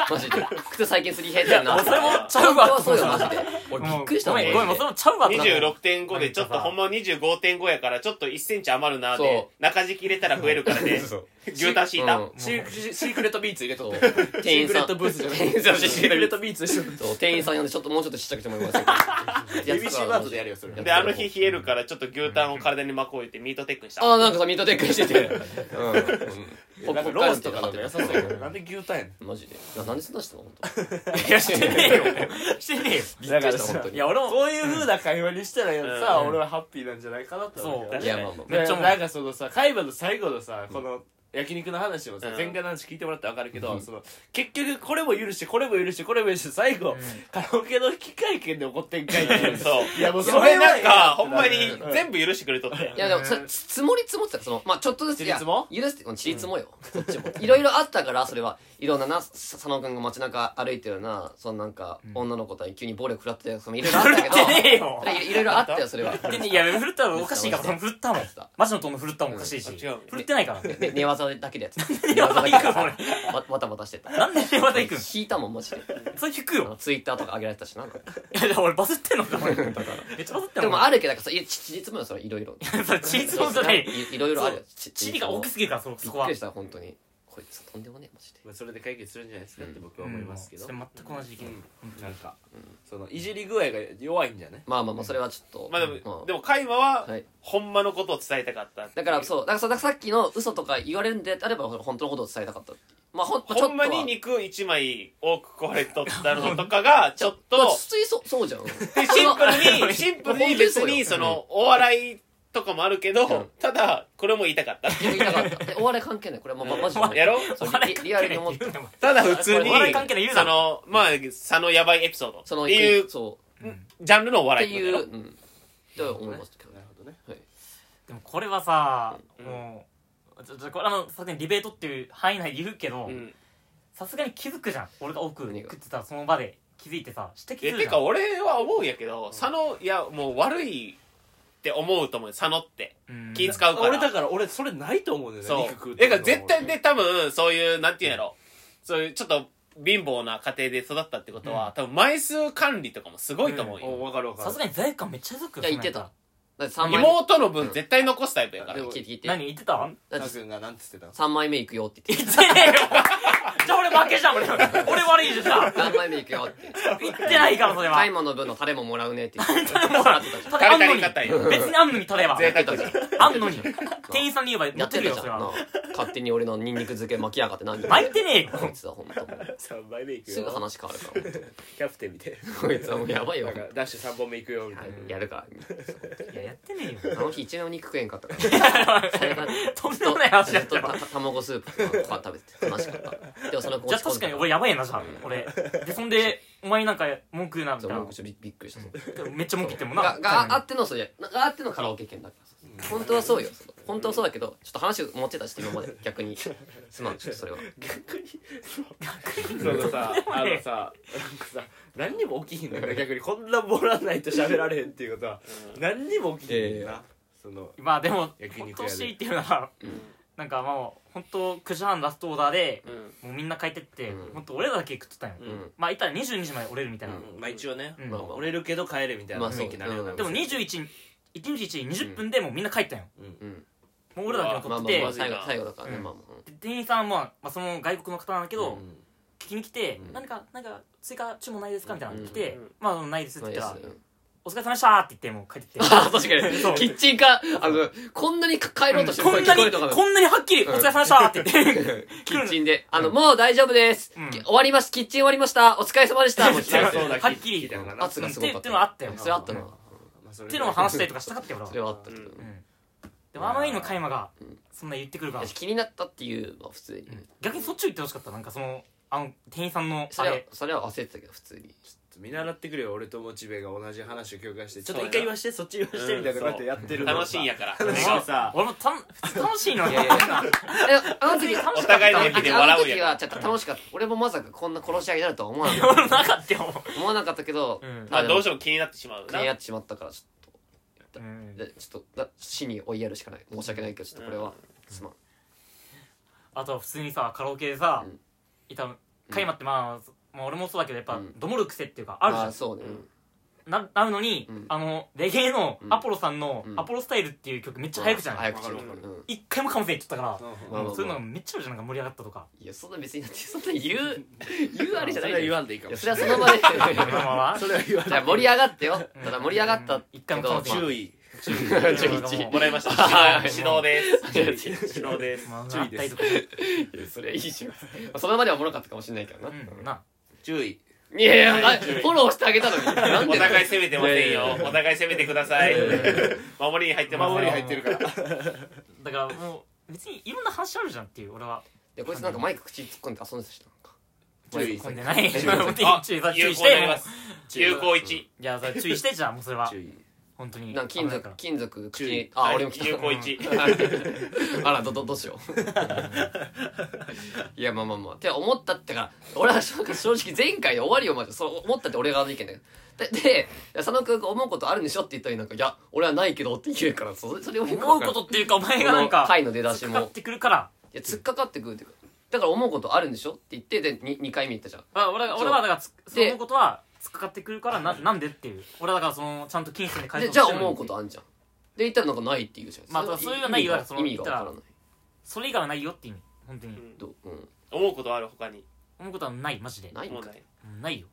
[SPEAKER 3] マジでマジで靴最近すり減ってるな
[SPEAKER 2] 俺それもちゃ
[SPEAKER 3] 本
[SPEAKER 2] う
[SPEAKER 3] 当
[SPEAKER 2] わ
[SPEAKER 3] はそうよマジで俺びっくりした
[SPEAKER 2] も
[SPEAKER 3] も
[SPEAKER 2] ん
[SPEAKER 3] ん
[SPEAKER 2] ごめん
[SPEAKER 3] マジで
[SPEAKER 2] ごめんもうそれもちゃうわってなった
[SPEAKER 4] 26.5でちょっとほんまは25.5やからちょっと1センチ余るな
[SPEAKER 3] そ
[SPEAKER 4] で中敷き入れたら増えるからで、
[SPEAKER 3] そう
[SPEAKER 4] 牛タン敷いた、
[SPEAKER 3] うん
[SPEAKER 1] シークシークレットビーツ入れとって
[SPEAKER 3] そう
[SPEAKER 1] シ
[SPEAKER 3] 店
[SPEAKER 1] ー
[SPEAKER 3] 員
[SPEAKER 1] クレッ
[SPEAKER 3] さん
[SPEAKER 1] トブースじゃな
[SPEAKER 3] 店員
[SPEAKER 1] い
[SPEAKER 3] さん
[SPEAKER 1] シークレットビーツでしょ
[SPEAKER 3] そう店員さん呼んでちょっともうちょっとちっちゃくしても
[SPEAKER 1] <laughs>
[SPEAKER 3] らえませんか
[SPEAKER 1] BBC ワードでやるよそれ
[SPEAKER 4] であの日冷えるからちょっと牛タンを体に巻こうってミートテックにした、
[SPEAKER 3] ああなんかさミートテックしてて
[SPEAKER 1] <laughs>
[SPEAKER 3] うんポ
[SPEAKER 1] なん
[SPEAKER 3] ッ
[SPEAKER 1] か
[SPEAKER 3] プ
[SPEAKER 1] ロ
[SPEAKER 3] ロ
[SPEAKER 1] ー
[SPEAKER 3] ー
[SPEAKER 1] ス
[SPEAKER 3] ス
[SPEAKER 1] と
[SPEAKER 3] と
[SPEAKER 1] か
[SPEAKER 3] か
[SPEAKER 1] だ
[SPEAKER 3] な
[SPEAKER 1] っ
[SPEAKER 3] っ
[SPEAKER 1] 良さ
[SPEAKER 3] ててる
[SPEAKER 1] そうやけどなんで牛タンやね
[SPEAKER 3] マジでいやなんでそんなしてたの本
[SPEAKER 1] んいやしてねえよ
[SPEAKER 2] してねえよ
[SPEAKER 3] 当
[SPEAKER 1] だから
[SPEAKER 3] びっくりした
[SPEAKER 1] さ
[SPEAKER 3] 本当
[SPEAKER 1] い
[SPEAKER 3] に
[SPEAKER 1] や俺もこういう風な会話にしたらさ
[SPEAKER 4] うん
[SPEAKER 1] 俺はハッピーなんじゃないかなって思うけど
[SPEAKER 2] そう
[SPEAKER 3] いやまあまあ
[SPEAKER 1] めっ
[SPEAKER 2] めっ
[SPEAKER 1] ち
[SPEAKER 2] ち
[SPEAKER 1] ゃ
[SPEAKER 2] ゃ
[SPEAKER 1] なんかそのさ会話の最後のさこの焼肉の話をさ
[SPEAKER 4] うん
[SPEAKER 1] 前回の話聞いてもらって分かるけどその結局これも許してこれも許してこれも許して最後カラオケの引き換え券で怒ってんかいっていう
[SPEAKER 4] そう
[SPEAKER 1] いやもう
[SPEAKER 4] そ
[SPEAKER 1] それは
[SPEAKER 4] れなん
[SPEAKER 1] ええ
[SPEAKER 4] か
[SPEAKER 1] や
[SPEAKER 4] ほんまに
[SPEAKER 1] うん
[SPEAKER 4] 全部許してくれとって
[SPEAKER 3] いやでもそれつ積もり積もってたそのまあちょっとずついや
[SPEAKER 1] ちりつも
[SPEAKER 3] 許してうんちりつもよこっちもいろいろあったからそれはいろんななさ佐野君が街中歩いてるなそのなんか女の子と急に暴力食らってたりとかいろいろあ
[SPEAKER 1] <laughs>
[SPEAKER 3] ったけど
[SPEAKER 2] 振ってねえよ
[SPEAKER 3] いやいろいろあったよそれは
[SPEAKER 2] で
[SPEAKER 3] <laughs>
[SPEAKER 2] いや振るったらおかしいからその振ったもん
[SPEAKER 3] 振った
[SPEAKER 2] マジのトンの振るったもんおかしいし
[SPEAKER 4] うんあ違う
[SPEAKER 2] 振ってないから
[SPEAKER 3] ね寝技だけでやってた
[SPEAKER 2] 寝技だけか
[SPEAKER 3] 寝技だけでわわたわたしてた
[SPEAKER 2] <laughs> なんでまた行くん
[SPEAKER 3] 引いたもんマジで
[SPEAKER 2] それ引く
[SPEAKER 3] あの
[SPEAKER 2] よ
[SPEAKER 3] ツイッターとか上げられてたしない
[SPEAKER 2] やだから俺バズってんのか俺めっちゃバズってん
[SPEAKER 3] で
[SPEAKER 2] の
[SPEAKER 3] も
[SPEAKER 2] か
[SPEAKER 3] あるけどなんかさいやち実もよそれいろいろ
[SPEAKER 2] それチーズもじゃない
[SPEAKER 3] いろいろあるよち
[SPEAKER 2] チリが大きすぎるからそ
[SPEAKER 3] び
[SPEAKER 2] そ
[SPEAKER 3] っ
[SPEAKER 2] こ
[SPEAKER 3] く
[SPEAKER 2] は
[SPEAKER 3] りした本当にこいつとんでもねえマジで
[SPEAKER 1] まあそれで解決するんじゃないですかって僕は思いますけど、
[SPEAKER 2] うんそれ全く同じ意見
[SPEAKER 1] うんなんか、そのいじり具合が弱いんじゃない
[SPEAKER 3] まあまあまあそれはちょっと
[SPEAKER 4] まあでも、
[SPEAKER 3] うん
[SPEAKER 4] でも会話は
[SPEAKER 3] はい
[SPEAKER 4] ほんまのことを伝えたかった
[SPEAKER 3] だからそうだからさだからさっきの嘘とか言われるんであれば本当のことを伝えたかったっていうまあほんまあちょっ
[SPEAKER 4] ほ
[SPEAKER 3] と
[SPEAKER 4] ん
[SPEAKER 3] は
[SPEAKER 4] まに肉一枚多く壊れとったのとかがちょっと
[SPEAKER 3] まあ普通にそうそうじゃん
[SPEAKER 4] でシンプルにシンプルに別にそのお笑いとかもあるけ
[SPEAKER 3] うん
[SPEAKER 4] どただこれも言いたかった
[SPEAKER 3] 言いたかったでお笑い関係ないこれはまあマジ <laughs> で
[SPEAKER 4] やろ
[SPEAKER 3] そう
[SPEAKER 2] お笑い
[SPEAKER 3] リリアルに思って
[SPEAKER 2] 関係ないって
[SPEAKER 4] ただ普通に
[SPEAKER 2] お笑い関係ない言うな
[SPEAKER 4] そのまあ佐のやばいエピソード
[SPEAKER 3] その
[SPEAKER 4] っていう
[SPEAKER 3] そ
[SPEAKER 4] ジャンルのお
[SPEAKER 3] うって
[SPEAKER 4] 笑い
[SPEAKER 3] いう
[SPEAKER 4] ことやろ
[SPEAKER 3] うんと思いますけど
[SPEAKER 1] なるほどね
[SPEAKER 2] でもこれはさ
[SPEAKER 4] うん
[SPEAKER 2] もうちょちょこれあのさすがにディベートっていう範囲内で言うけど
[SPEAKER 4] うん
[SPEAKER 2] さすがに気づくじゃん俺が多く
[SPEAKER 3] 何が
[SPEAKER 2] 食ってたらその場で気づいてさ指摘
[SPEAKER 4] え
[SPEAKER 2] する
[SPEAKER 4] て
[SPEAKER 2] じゃ
[SPEAKER 4] か
[SPEAKER 2] ん
[SPEAKER 4] 俺は思うんやけど佐野いやもう悪いって思うと思う佐野って
[SPEAKER 2] うん
[SPEAKER 4] 気使うから
[SPEAKER 1] 俺だから俺それないと思うんだよね
[SPEAKER 4] そう
[SPEAKER 1] 肉食うっ
[SPEAKER 4] だ
[SPEAKER 1] て
[SPEAKER 4] から絶対で多分そういうなんていうんやろそういうちょっと貧乏な家庭で育ったってことは多分枚数管理とかもすごいと思う
[SPEAKER 1] お
[SPEAKER 4] よ
[SPEAKER 1] 分かる分かる
[SPEAKER 2] さすがに罪悪感めっちゃ続く
[SPEAKER 3] い
[SPEAKER 2] よ
[SPEAKER 3] や言ってただって3枚目
[SPEAKER 4] 妹の分絶対残すタイプやか
[SPEAKER 1] で
[SPEAKER 4] ら
[SPEAKER 1] も
[SPEAKER 3] 聞いて聞いて
[SPEAKER 2] 何言ってた
[SPEAKER 3] だ
[SPEAKER 1] な
[SPEAKER 3] って
[SPEAKER 1] んくんがなんて言ってたの
[SPEAKER 3] 3枚目いくよって言って
[SPEAKER 2] 言ってねえよじゃあ俺負けじゃん俺俺悪いじゃ <laughs> ん
[SPEAKER 3] 3枚目いくよって
[SPEAKER 2] 言ってないからそれは
[SPEAKER 3] タイマーの分のタレももらうねって言
[SPEAKER 2] <laughs>
[SPEAKER 3] って
[SPEAKER 2] ただあ
[SPEAKER 4] 食べ
[SPEAKER 2] んの
[SPEAKER 4] たり
[SPEAKER 2] に
[SPEAKER 4] 買ったりよ
[SPEAKER 2] 別にあんのに取れば
[SPEAKER 4] 贅沢
[SPEAKER 3] やってたじ
[SPEAKER 2] あんのに店員さんに言えば
[SPEAKER 3] や
[SPEAKER 2] や
[SPEAKER 3] っ
[SPEAKER 2] って
[SPEAKER 3] て
[SPEAKER 2] る
[SPEAKER 3] た
[SPEAKER 2] よ
[SPEAKER 3] じゃ
[SPEAKER 2] そ
[SPEAKER 3] んな
[SPEAKER 2] れ
[SPEAKER 3] あ
[SPEAKER 2] は
[SPEAKER 3] 勝手に俺のニンニク漬け巻きやがって
[SPEAKER 2] <laughs>
[SPEAKER 3] 何
[SPEAKER 2] 巻いてねえよ
[SPEAKER 3] こいつは本当もう
[SPEAKER 1] 3倍目いく
[SPEAKER 3] すぐ
[SPEAKER 1] よ
[SPEAKER 3] 話変わるから本
[SPEAKER 1] キャプテンみたい
[SPEAKER 3] 当こいつはもうやばいよ
[SPEAKER 1] ななんかダッシュ3本目いくよみたいな
[SPEAKER 3] やるから
[SPEAKER 2] いややってねえよ
[SPEAKER 3] あの日一年も肉食えんかった
[SPEAKER 2] <laughs>
[SPEAKER 3] からそれが
[SPEAKER 2] とんでもない話や
[SPEAKER 3] ず
[SPEAKER 2] っ
[SPEAKER 3] っと
[SPEAKER 2] た
[SPEAKER 3] た卵スープとか食べてて楽しかったでもその子
[SPEAKER 2] じゃあ確かに俺やばいなじゃあ俺でそんでお前なんか文句言うなみた
[SPEAKER 3] そ
[SPEAKER 2] いう
[SPEAKER 3] も
[SPEAKER 2] な
[SPEAKER 3] うちょっとびびっくりしたそう
[SPEAKER 2] めっちゃ文句言ってんもんな
[SPEAKER 3] ががあってのそうじゃがあってのカラオケ券だから本当はそうよそう本当はそうだけどちょっと話持ってたし今ま
[SPEAKER 2] <laughs>
[SPEAKER 3] で逆にすまんちょっとそれは
[SPEAKER 1] 逆にそのさあのさなんかさ何にも起きひんのよね逆にこんなボラないと喋られへんっていうことは何にも起きひんねん
[SPEAKER 3] いやい
[SPEAKER 1] なその
[SPEAKER 2] まあでも
[SPEAKER 1] 焼肉屋で
[SPEAKER 2] 本当しいっていうのはなんかもう本当9時半ラストオーダーで
[SPEAKER 4] うん
[SPEAKER 2] もうみんな帰ってって
[SPEAKER 3] うん
[SPEAKER 2] 本当俺らだけ食ってたんよ
[SPEAKER 1] う
[SPEAKER 3] うん
[SPEAKER 2] まあいったら22時まで折れるみたいな
[SPEAKER 1] うんまあ一応ね
[SPEAKER 2] うん
[SPEAKER 3] まあまあ
[SPEAKER 1] 折れるけど帰れみたい
[SPEAKER 3] ま
[SPEAKER 1] な
[SPEAKER 3] あそう
[SPEAKER 1] 雰囲気になるような
[SPEAKER 3] うん
[SPEAKER 2] でも21一日1 20分でもうみんな帰ったんよ
[SPEAKER 3] うん
[SPEAKER 2] もう俺らだけ
[SPEAKER 3] まあま
[SPEAKER 2] 残
[SPEAKER 3] あ
[SPEAKER 2] ってて
[SPEAKER 3] ま
[SPEAKER 4] ま
[SPEAKER 3] あ
[SPEAKER 4] ずいな
[SPEAKER 3] 最後最後だからね
[SPEAKER 2] うん
[SPEAKER 3] まあまあうん
[SPEAKER 2] で店員さんは、まあまあ、その外国の方なんだけど、
[SPEAKER 1] うん
[SPEAKER 2] 聞きに来て、
[SPEAKER 1] うん
[SPEAKER 2] 何か何か追加注文ないですかみたいなの来て、
[SPEAKER 4] うん
[SPEAKER 2] まあないですって言ったら、
[SPEAKER 3] まあいいっすね
[SPEAKER 2] お疲れ様でしたーって言ってもう帰ってって
[SPEAKER 3] <laughs> あ確かに
[SPEAKER 2] <laughs> そう
[SPEAKER 3] キッチンカーあのこんなに帰ろうとしてる
[SPEAKER 2] こ
[SPEAKER 3] 声
[SPEAKER 2] んな
[SPEAKER 3] 聞こえ
[SPEAKER 2] に
[SPEAKER 3] るのかな
[SPEAKER 2] こんなにはっきり「
[SPEAKER 3] う
[SPEAKER 2] お
[SPEAKER 3] ん
[SPEAKER 2] 疲れ様でした」って言って
[SPEAKER 3] <laughs> キッチンで、あの、もう大丈夫です。
[SPEAKER 2] うん
[SPEAKER 3] 終わりました。キッチン終わりました。お疲れ様でした。もう
[SPEAKER 2] そ
[SPEAKER 3] 伝え
[SPEAKER 2] うだ
[SPEAKER 3] て
[SPEAKER 2] そうだはっきり
[SPEAKER 1] 聞いたのかな
[SPEAKER 3] 圧がすごかった。
[SPEAKER 2] ってっていうのはあったよ
[SPEAKER 3] それあったな。
[SPEAKER 1] まあそれ
[SPEAKER 2] っ
[SPEAKER 1] ぐ
[SPEAKER 2] てい
[SPEAKER 1] ら
[SPEAKER 2] うのを話したりとかしたかったよ
[SPEAKER 3] それ
[SPEAKER 2] 俺は、
[SPEAKER 3] はあったけど。
[SPEAKER 2] う
[SPEAKER 3] い
[SPEAKER 2] ん、でもあのいの会話がそんな言ってくるか
[SPEAKER 3] や
[SPEAKER 2] ら、
[SPEAKER 3] 気になったっていうのは普通に。
[SPEAKER 2] 逆にそっちを言ってほしかったなんかそのあの店員さんの
[SPEAKER 3] そ
[SPEAKER 2] あ
[SPEAKER 3] れは
[SPEAKER 2] れ、
[SPEAKER 3] それは焦ってたけど、普通に。
[SPEAKER 1] 見習ってくれよ俺とモチベが同じ話を共感してちょ
[SPEAKER 4] そう
[SPEAKER 1] っと一回
[SPEAKER 4] やな
[SPEAKER 1] 言わしてそっち言わしてみたいなこうやってやってるのが
[SPEAKER 4] 楽しいんやから
[SPEAKER 1] 楽しい
[SPEAKER 2] 俺も
[SPEAKER 1] さ
[SPEAKER 2] 俺もたん普通楽しいのに
[SPEAKER 3] いやいやえ、あの時、あ
[SPEAKER 4] お互いの
[SPEAKER 3] の
[SPEAKER 4] 意味
[SPEAKER 3] 時
[SPEAKER 4] で
[SPEAKER 3] あ
[SPEAKER 4] 笑
[SPEAKER 3] の
[SPEAKER 4] う
[SPEAKER 3] 時
[SPEAKER 4] や
[SPEAKER 3] はちょっと楽しかった。俺もまさかこんな殺し合いになるとは思わなかっ
[SPEAKER 2] 俺もなかったよ、
[SPEAKER 3] た。思わなかったけど
[SPEAKER 2] うん、
[SPEAKER 4] まあどうして
[SPEAKER 3] よ
[SPEAKER 4] も気になってしまう
[SPEAKER 3] う。
[SPEAKER 4] な
[SPEAKER 3] 気になってしまったから、ちょっ
[SPEAKER 2] うん
[SPEAKER 3] とで、ちょっと、だ死に追いやるしかない。申し訳ないけど、ちょっとこれは、すまん。
[SPEAKER 2] あとは普通にさカラオケでさ、
[SPEAKER 3] うん
[SPEAKER 2] いたカイマってまあ、まあ俺もそうだけどやっぱ、
[SPEAKER 3] うん
[SPEAKER 2] どもる癖っていうかあるじゃん
[SPEAKER 3] そうね。
[SPEAKER 2] ななるのに、
[SPEAKER 3] うん
[SPEAKER 2] あのレゲエの
[SPEAKER 3] うん
[SPEAKER 2] アポロさんの
[SPEAKER 3] う
[SPEAKER 2] 「
[SPEAKER 3] ん
[SPEAKER 2] アポロスタイル」っていう曲めっちゃ早口じゃない
[SPEAKER 3] 早口
[SPEAKER 1] わかるわか
[SPEAKER 3] うん
[SPEAKER 2] 一回もかもせん言っちゃったか
[SPEAKER 1] うん
[SPEAKER 3] まあ
[SPEAKER 2] ら、
[SPEAKER 3] まあまあ
[SPEAKER 2] そういうのがめっちゃあるじゃんなんか盛り上がった
[SPEAKER 3] <laughs>
[SPEAKER 2] とか
[SPEAKER 3] いやそんな別にだってそんな言う言うあれじゃない
[SPEAKER 1] それは
[SPEAKER 3] じ
[SPEAKER 1] 言
[SPEAKER 3] ゃん
[SPEAKER 1] わんでいいか
[SPEAKER 3] い
[SPEAKER 1] も
[SPEAKER 3] や
[SPEAKER 1] し
[SPEAKER 3] そ
[SPEAKER 1] れ
[SPEAKER 3] れ
[SPEAKER 1] な
[SPEAKER 3] はいその場でじ
[SPEAKER 2] まあまあまあ
[SPEAKER 1] それは言わ
[SPEAKER 3] ゃあ盛り上がってよただ盛り上がった
[SPEAKER 2] うん一回も
[SPEAKER 3] けど
[SPEAKER 2] かません
[SPEAKER 3] まあ
[SPEAKER 4] 注意
[SPEAKER 2] 注意
[SPEAKER 3] 11
[SPEAKER 4] もらいまし
[SPEAKER 3] <laughs>
[SPEAKER 4] た
[SPEAKER 3] はい
[SPEAKER 4] 指導指導です
[SPEAKER 1] 指導です
[SPEAKER 2] まあ
[SPEAKER 1] 注意で
[SPEAKER 2] あったり
[SPEAKER 1] す
[SPEAKER 2] とかね
[SPEAKER 3] いやそれいいじゃんまあその場ではおもろかったかもしれないけどな
[SPEAKER 2] うんな
[SPEAKER 4] 注意
[SPEAKER 3] いやいやあフォローしてあげたのになん
[SPEAKER 4] お
[SPEAKER 3] で
[SPEAKER 4] 互い攻めてませ
[SPEAKER 3] いやい
[SPEAKER 4] んよ
[SPEAKER 3] やいや
[SPEAKER 4] お互い攻めてください守りに入ってません
[SPEAKER 1] 守り入
[SPEAKER 2] っ
[SPEAKER 1] ってるから
[SPEAKER 2] だからもう別にいろんな話あるじゃんっていう俺は
[SPEAKER 3] でこいつなんかマイク口突っ込んで遊んでたしなんか
[SPEAKER 1] 注意
[SPEAKER 2] 混んでない注意
[SPEAKER 4] あ
[SPEAKER 2] 注意注
[SPEAKER 4] 有
[SPEAKER 2] 意
[SPEAKER 4] 効
[SPEAKER 2] し
[SPEAKER 4] にな
[SPEAKER 2] て
[SPEAKER 4] り
[SPEAKER 2] も
[SPEAKER 4] ま
[SPEAKER 2] う
[SPEAKER 4] す有効一
[SPEAKER 2] いやそれ注意してじゃあもうそれは
[SPEAKER 1] 注意
[SPEAKER 2] 本当に
[SPEAKER 3] なんか金
[SPEAKER 2] 危ないか
[SPEAKER 3] 属
[SPEAKER 2] ら
[SPEAKER 3] 金属口
[SPEAKER 1] 注意
[SPEAKER 3] にあ俺も来た
[SPEAKER 4] 有効一
[SPEAKER 3] <laughs> あらどどどう <laughs> しよういやまあまあまあって思ったってか俺は正直前回で終わりよまでそう思ったって俺側の意見だよでで佐野君が思うことあるんでしょって言ったらなんか「いや俺はないけど」って言うからそれそれを言
[SPEAKER 2] 思うことっていうかお前がなん
[SPEAKER 3] この
[SPEAKER 2] か
[SPEAKER 3] 回の出だしも
[SPEAKER 2] 使ってくるから
[SPEAKER 3] いや突っかかってくるっていうかだから思うことあるんでしょって言ってで 2, 回目言ったじゃん
[SPEAKER 2] まあ俺は
[SPEAKER 3] そう
[SPEAKER 2] 俺はだからつそう
[SPEAKER 3] で
[SPEAKER 2] 思うことは突っかかってくるからななんでっていう俺はだからそのちゃんと金銭で返
[SPEAKER 3] で
[SPEAKER 2] す
[SPEAKER 3] じゃあ思うことあんじゃんで言ったらなんかないって言うじゃん
[SPEAKER 2] まあそういうのはない
[SPEAKER 3] 意味
[SPEAKER 2] よ
[SPEAKER 3] が
[SPEAKER 2] その
[SPEAKER 3] 意味がわからない
[SPEAKER 2] それ以外はないよって意味本当に、
[SPEAKER 4] うん
[SPEAKER 3] どううん
[SPEAKER 4] 思うことある他に
[SPEAKER 2] 思うことはないマジで
[SPEAKER 3] ないん
[SPEAKER 4] もう
[SPEAKER 3] か
[SPEAKER 4] ない
[SPEAKER 2] うんないよ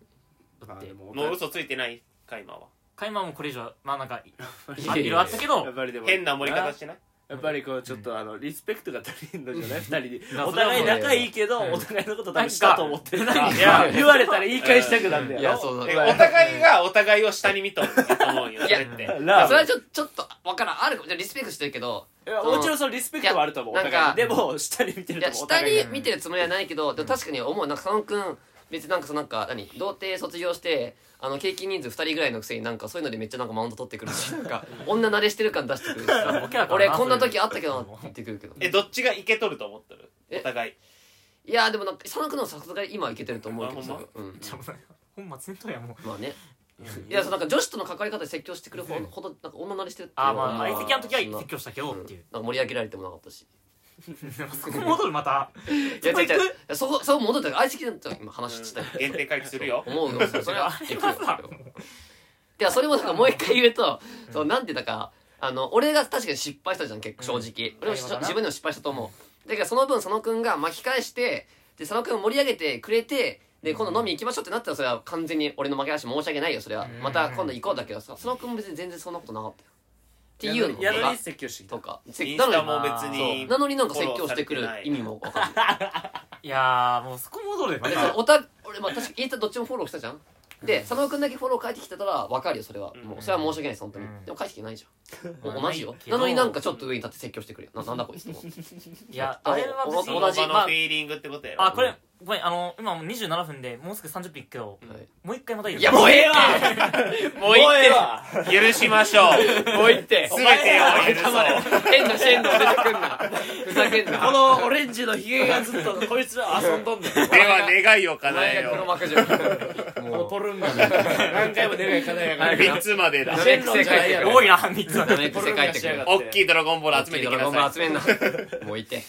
[SPEAKER 2] だ
[SPEAKER 1] ま
[SPEAKER 2] っ
[SPEAKER 1] あ
[SPEAKER 2] て
[SPEAKER 1] でも
[SPEAKER 4] もう嘘ついてないか今は
[SPEAKER 2] 買い物もこれ以上まあなんかい
[SPEAKER 3] いや
[SPEAKER 2] あ
[SPEAKER 3] いやいや
[SPEAKER 2] いろいろあったけど
[SPEAKER 1] やっぱりでも
[SPEAKER 4] 変な盛り方してない
[SPEAKER 1] やっぱりこうちょっとあのリスペクトが足りんのじゃない2人に
[SPEAKER 2] うん
[SPEAKER 1] お互い仲いいけど
[SPEAKER 2] うん
[SPEAKER 1] お互いのこと多分したと思ってる
[SPEAKER 2] なん
[SPEAKER 1] <laughs>
[SPEAKER 2] か
[SPEAKER 1] いや言われたら言い返したくなるんだよ
[SPEAKER 3] いやそうだ
[SPEAKER 4] えお互いがお互いを下に見とると思うよそれっ
[SPEAKER 2] い
[SPEAKER 4] て
[SPEAKER 2] や
[SPEAKER 1] なあ
[SPEAKER 3] それはちょちょっとわからんあるかもじゃあリスペクトしてるけど
[SPEAKER 1] いやもちろんそのリスペクトはあると思う
[SPEAKER 3] い
[SPEAKER 1] お
[SPEAKER 3] や
[SPEAKER 1] 互いに
[SPEAKER 3] な
[SPEAKER 1] でも下に見て
[SPEAKER 3] い
[SPEAKER 1] ると
[SPEAKER 3] や
[SPEAKER 1] 思うお
[SPEAKER 3] 下
[SPEAKER 1] 互い
[SPEAKER 3] に
[SPEAKER 1] に
[SPEAKER 3] 見てるつもりはないけどでも確かに思うなんか佐野くん別になんかそのなんか何童貞卒業してあの経験人数2人ぐらいのくせになんかそういうのでめっちゃなんかマウント取ってくるしなんか女慣れしてる感出してくるしさ
[SPEAKER 2] ボケだから
[SPEAKER 3] 俺
[SPEAKER 2] な
[SPEAKER 3] こんな時
[SPEAKER 2] それ
[SPEAKER 3] あったけどって言ってくるけど
[SPEAKER 4] えどっちがいけとると思ってる
[SPEAKER 3] え
[SPEAKER 4] お互い
[SPEAKER 3] いやでもなんか佐野くんの方がさすがに今はいけてると思うけど
[SPEAKER 4] あほん
[SPEAKER 3] さ
[SPEAKER 4] ま、
[SPEAKER 3] うん、 <laughs>
[SPEAKER 2] じゃあもう本末転倒やもう
[SPEAKER 3] まあねいやそうなんか女子との関わり方で説教してくるほどほどなんか女慣れしてるっていう
[SPEAKER 2] あー
[SPEAKER 3] のは
[SPEAKER 2] まあ相席の時は
[SPEAKER 3] そんな
[SPEAKER 2] 説教したけどっていう、
[SPEAKER 3] なんか盛り上げられてもなかったし
[SPEAKER 2] そこ戻るまた
[SPEAKER 3] いや
[SPEAKER 2] そこ
[SPEAKER 3] 違う
[SPEAKER 2] 行く
[SPEAKER 3] 違うそこそこ戻って相席の時今話してたけど
[SPEAKER 4] 限定回帰するよ
[SPEAKER 3] 思うのそれは
[SPEAKER 2] あ
[SPEAKER 3] でき
[SPEAKER 2] れ
[SPEAKER 3] る
[SPEAKER 2] は
[SPEAKER 3] よ
[SPEAKER 2] さ
[SPEAKER 3] ではそれもなんかもう一回言うと、そうなんてだからあの俺が確かに失敗したじゃん結構正直、
[SPEAKER 2] うん
[SPEAKER 3] 俺もし
[SPEAKER 2] なるほどな
[SPEAKER 3] 自分でも失敗したと思うだからその分佐野くんが巻き返してで佐野くんを盛り上げてくれてで今度飲み行きましょうってなったらそれは完全に俺の負けだし申し訳ないよそれは、
[SPEAKER 2] うん
[SPEAKER 3] また今度行こうだけどさ佐野くんも別に全然そんなことなかったよっていうの
[SPEAKER 1] やる
[SPEAKER 3] が
[SPEAKER 1] に説教してき
[SPEAKER 3] と
[SPEAKER 1] た
[SPEAKER 3] かせ
[SPEAKER 4] イン
[SPEAKER 3] な
[SPEAKER 4] スタ
[SPEAKER 3] のに
[SPEAKER 4] も別
[SPEAKER 3] そう
[SPEAKER 4] に
[SPEAKER 3] なのになんか説教してくる意味も分かんない
[SPEAKER 2] いやーもうそこ戻るま
[SPEAKER 3] で
[SPEAKER 2] た
[SPEAKER 3] おた俺まあ確かインスタどっちもフォローしたじゃんで佐野くんだけフォロー返ってきてたら分かるよそれは
[SPEAKER 4] うん
[SPEAKER 3] もうそれは申し訳ないです本当に
[SPEAKER 2] うん
[SPEAKER 3] でも返してきてないじゃん
[SPEAKER 2] まあ
[SPEAKER 3] 同じよ
[SPEAKER 2] ないけ
[SPEAKER 3] な
[SPEAKER 2] ど
[SPEAKER 3] のになんかちょっと上に立って説教してくるよななんだこいつと思って
[SPEAKER 2] いやあれは別
[SPEAKER 4] その場
[SPEAKER 2] に
[SPEAKER 4] の
[SPEAKER 3] 同
[SPEAKER 4] フ
[SPEAKER 3] じ
[SPEAKER 2] まあ
[SPEAKER 4] ィーリングってことやろ
[SPEAKER 2] あこれごめんあの今もう27分でもうすぐ30分いくけど、
[SPEAKER 3] はい
[SPEAKER 2] もう一回またいい
[SPEAKER 3] いやもうええわ
[SPEAKER 4] もういいわ許しましょう
[SPEAKER 3] もういって
[SPEAKER 4] <laughs> すべてを許そう
[SPEAKER 3] 変なシェンド出てくんなふざけんな
[SPEAKER 1] このオレンジのひげがずっとこいつは遊んどんねん
[SPEAKER 4] では願いを
[SPEAKER 3] お
[SPEAKER 4] 叶
[SPEAKER 3] 前
[SPEAKER 4] え
[SPEAKER 3] が黒
[SPEAKER 4] よ
[SPEAKER 3] 幕じゃん
[SPEAKER 1] この
[SPEAKER 3] も
[SPEAKER 1] ポルンガ何回も出ない課題やか
[SPEAKER 4] う
[SPEAKER 1] ら
[SPEAKER 3] はい
[SPEAKER 4] 3つまでだ
[SPEAKER 3] ダ
[SPEAKER 1] シ
[SPEAKER 3] メ
[SPEAKER 1] ェンロンじゃないやろ
[SPEAKER 2] 多いな3つ
[SPEAKER 3] う
[SPEAKER 2] は
[SPEAKER 3] ダ <laughs> メ癖書いてくる
[SPEAKER 4] 大きいドラゴンボール集めてき
[SPEAKER 3] ドラ
[SPEAKER 4] な
[SPEAKER 3] ゴンボール
[SPEAKER 4] さ
[SPEAKER 3] 集
[SPEAKER 4] い
[SPEAKER 3] めんなもういて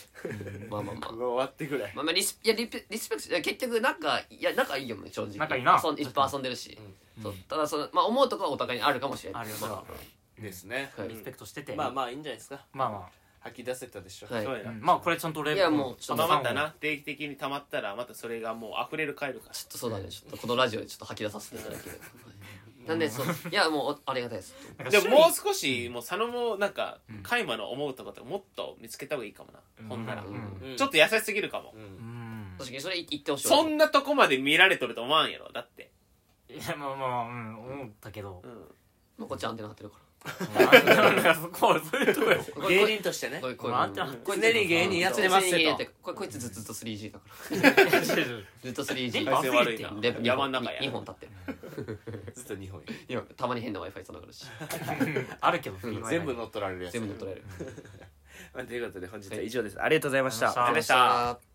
[SPEAKER 3] まあまあまあ
[SPEAKER 1] もう終わってくれ
[SPEAKER 3] まあまあリスいやリペリスペクトいや結局なんかいや仲いいよね正直
[SPEAKER 2] 仲いいな
[SPEAKER 3] 遊んいっぱい遊んでるし、そうただその、まあ、思うとこはお互いにあるかもしれない
[SPEAKER 2] あるよそれは
[SPEAKER 3] ま
[SPEAKER 1] ですね
[SPEAKER 3] あはい
[SPEAKER 2] リスペクトしてて、
[SPEAKER 1] まあ
[SPEAKER 2] ま
[SPEAKER 1] まあいいんじゃないですか
[SPEAKER 2] あま
[SPEAKER 1] 吐き出せたでしょ
[SPEAKER 3] はい
[SPEAKER 4] そうや
[SPEAKER 2] あ、う
[SPEAKER 4] なん
[SPEAKER 2] まあこれちゃんと俺
[SPEAKER 3] いやもうちょ
[SPEAKER 4] 溜
[SPEAKER 3] っと
[SPEAKER 4] まったな定期的に溜まったらまたそれがもう溢れる回るから
[SPEAKER 3] ちょっとそうだねちょっとこのラジオでちょっと吐き出させていただければはいなんでそういやもうおありがたいです
[SPEAKER 4] で
[SPEAKER 2] で
[SPEAKER 4] も
[SPEAKER 2] も
[SPEAKER 4] も
[SPEAKER 2] も
[SPEAKER 4] う少しもう佐野もなんか海馬の思うとこともっと見つけた方がいいかもな、
[SPEAKER 2] うん
[SPEAKER 4] ほんなら、
[SPEAKER 2] う
[SPEAKER 1] うん
[SPEAKER 4] ちょっと優しすぎるかも、
[SPEAKER 1] う
[SPEAKER 2] うんん
[SPEAKER 3] 確かにそれ言ってほしい
[SPEAKER 4] そんなとこまで見られとると思わんやろだって、
[SPEAKER 2] いやまあまあうん思ったけど
[SPEAKER 4] うん、
[SPEAKER 3] もうこっちアンテナ張ってるか
[SPEAKER 2] なんか <laughs> そこはそういうとこよ
[SPEAKER 3] らこれ
[SPEAKER 1] 芸
[SPEAKER 3] これ
[SPEAKER 1] 人としてね
[SPEAKER 3] これこれ
[SPEAKER 2] まあアンテナ張って
[SPEAKER 3] これ
[SPEAKER 1] 常に芸人やってますよと
[SPEAKER 3] 常に芸人やってこれこいつずっとずっと 3G だからずっと 3G
[SPEAKER 2] 電
[SPEAKER 3] で
[SPEAKER 2] 波
[SPEAKER 4] 体勢悪いな
[SPEAKER 2] 忘
[SPEAKER 3] 2本
[SPEAKER 4] 山の中や
[SPEAKER 3] 2本立ってる
[SPEAKER 1] ずっと日本
[SPEAKER 3] いやたまに変な w i f i 繋がるし
[SPEAKER 2] <laughs> あるけど
[SPEAKER 1] 全部乗っ取られるやつ
[SPEAKER 3] 全部乗っ取られる
[SPEAKER 1] まあということで本日は以上ですありがとうございました
[SPEAKER 2] ありがとうございまし
[SPEAKER 3] さあ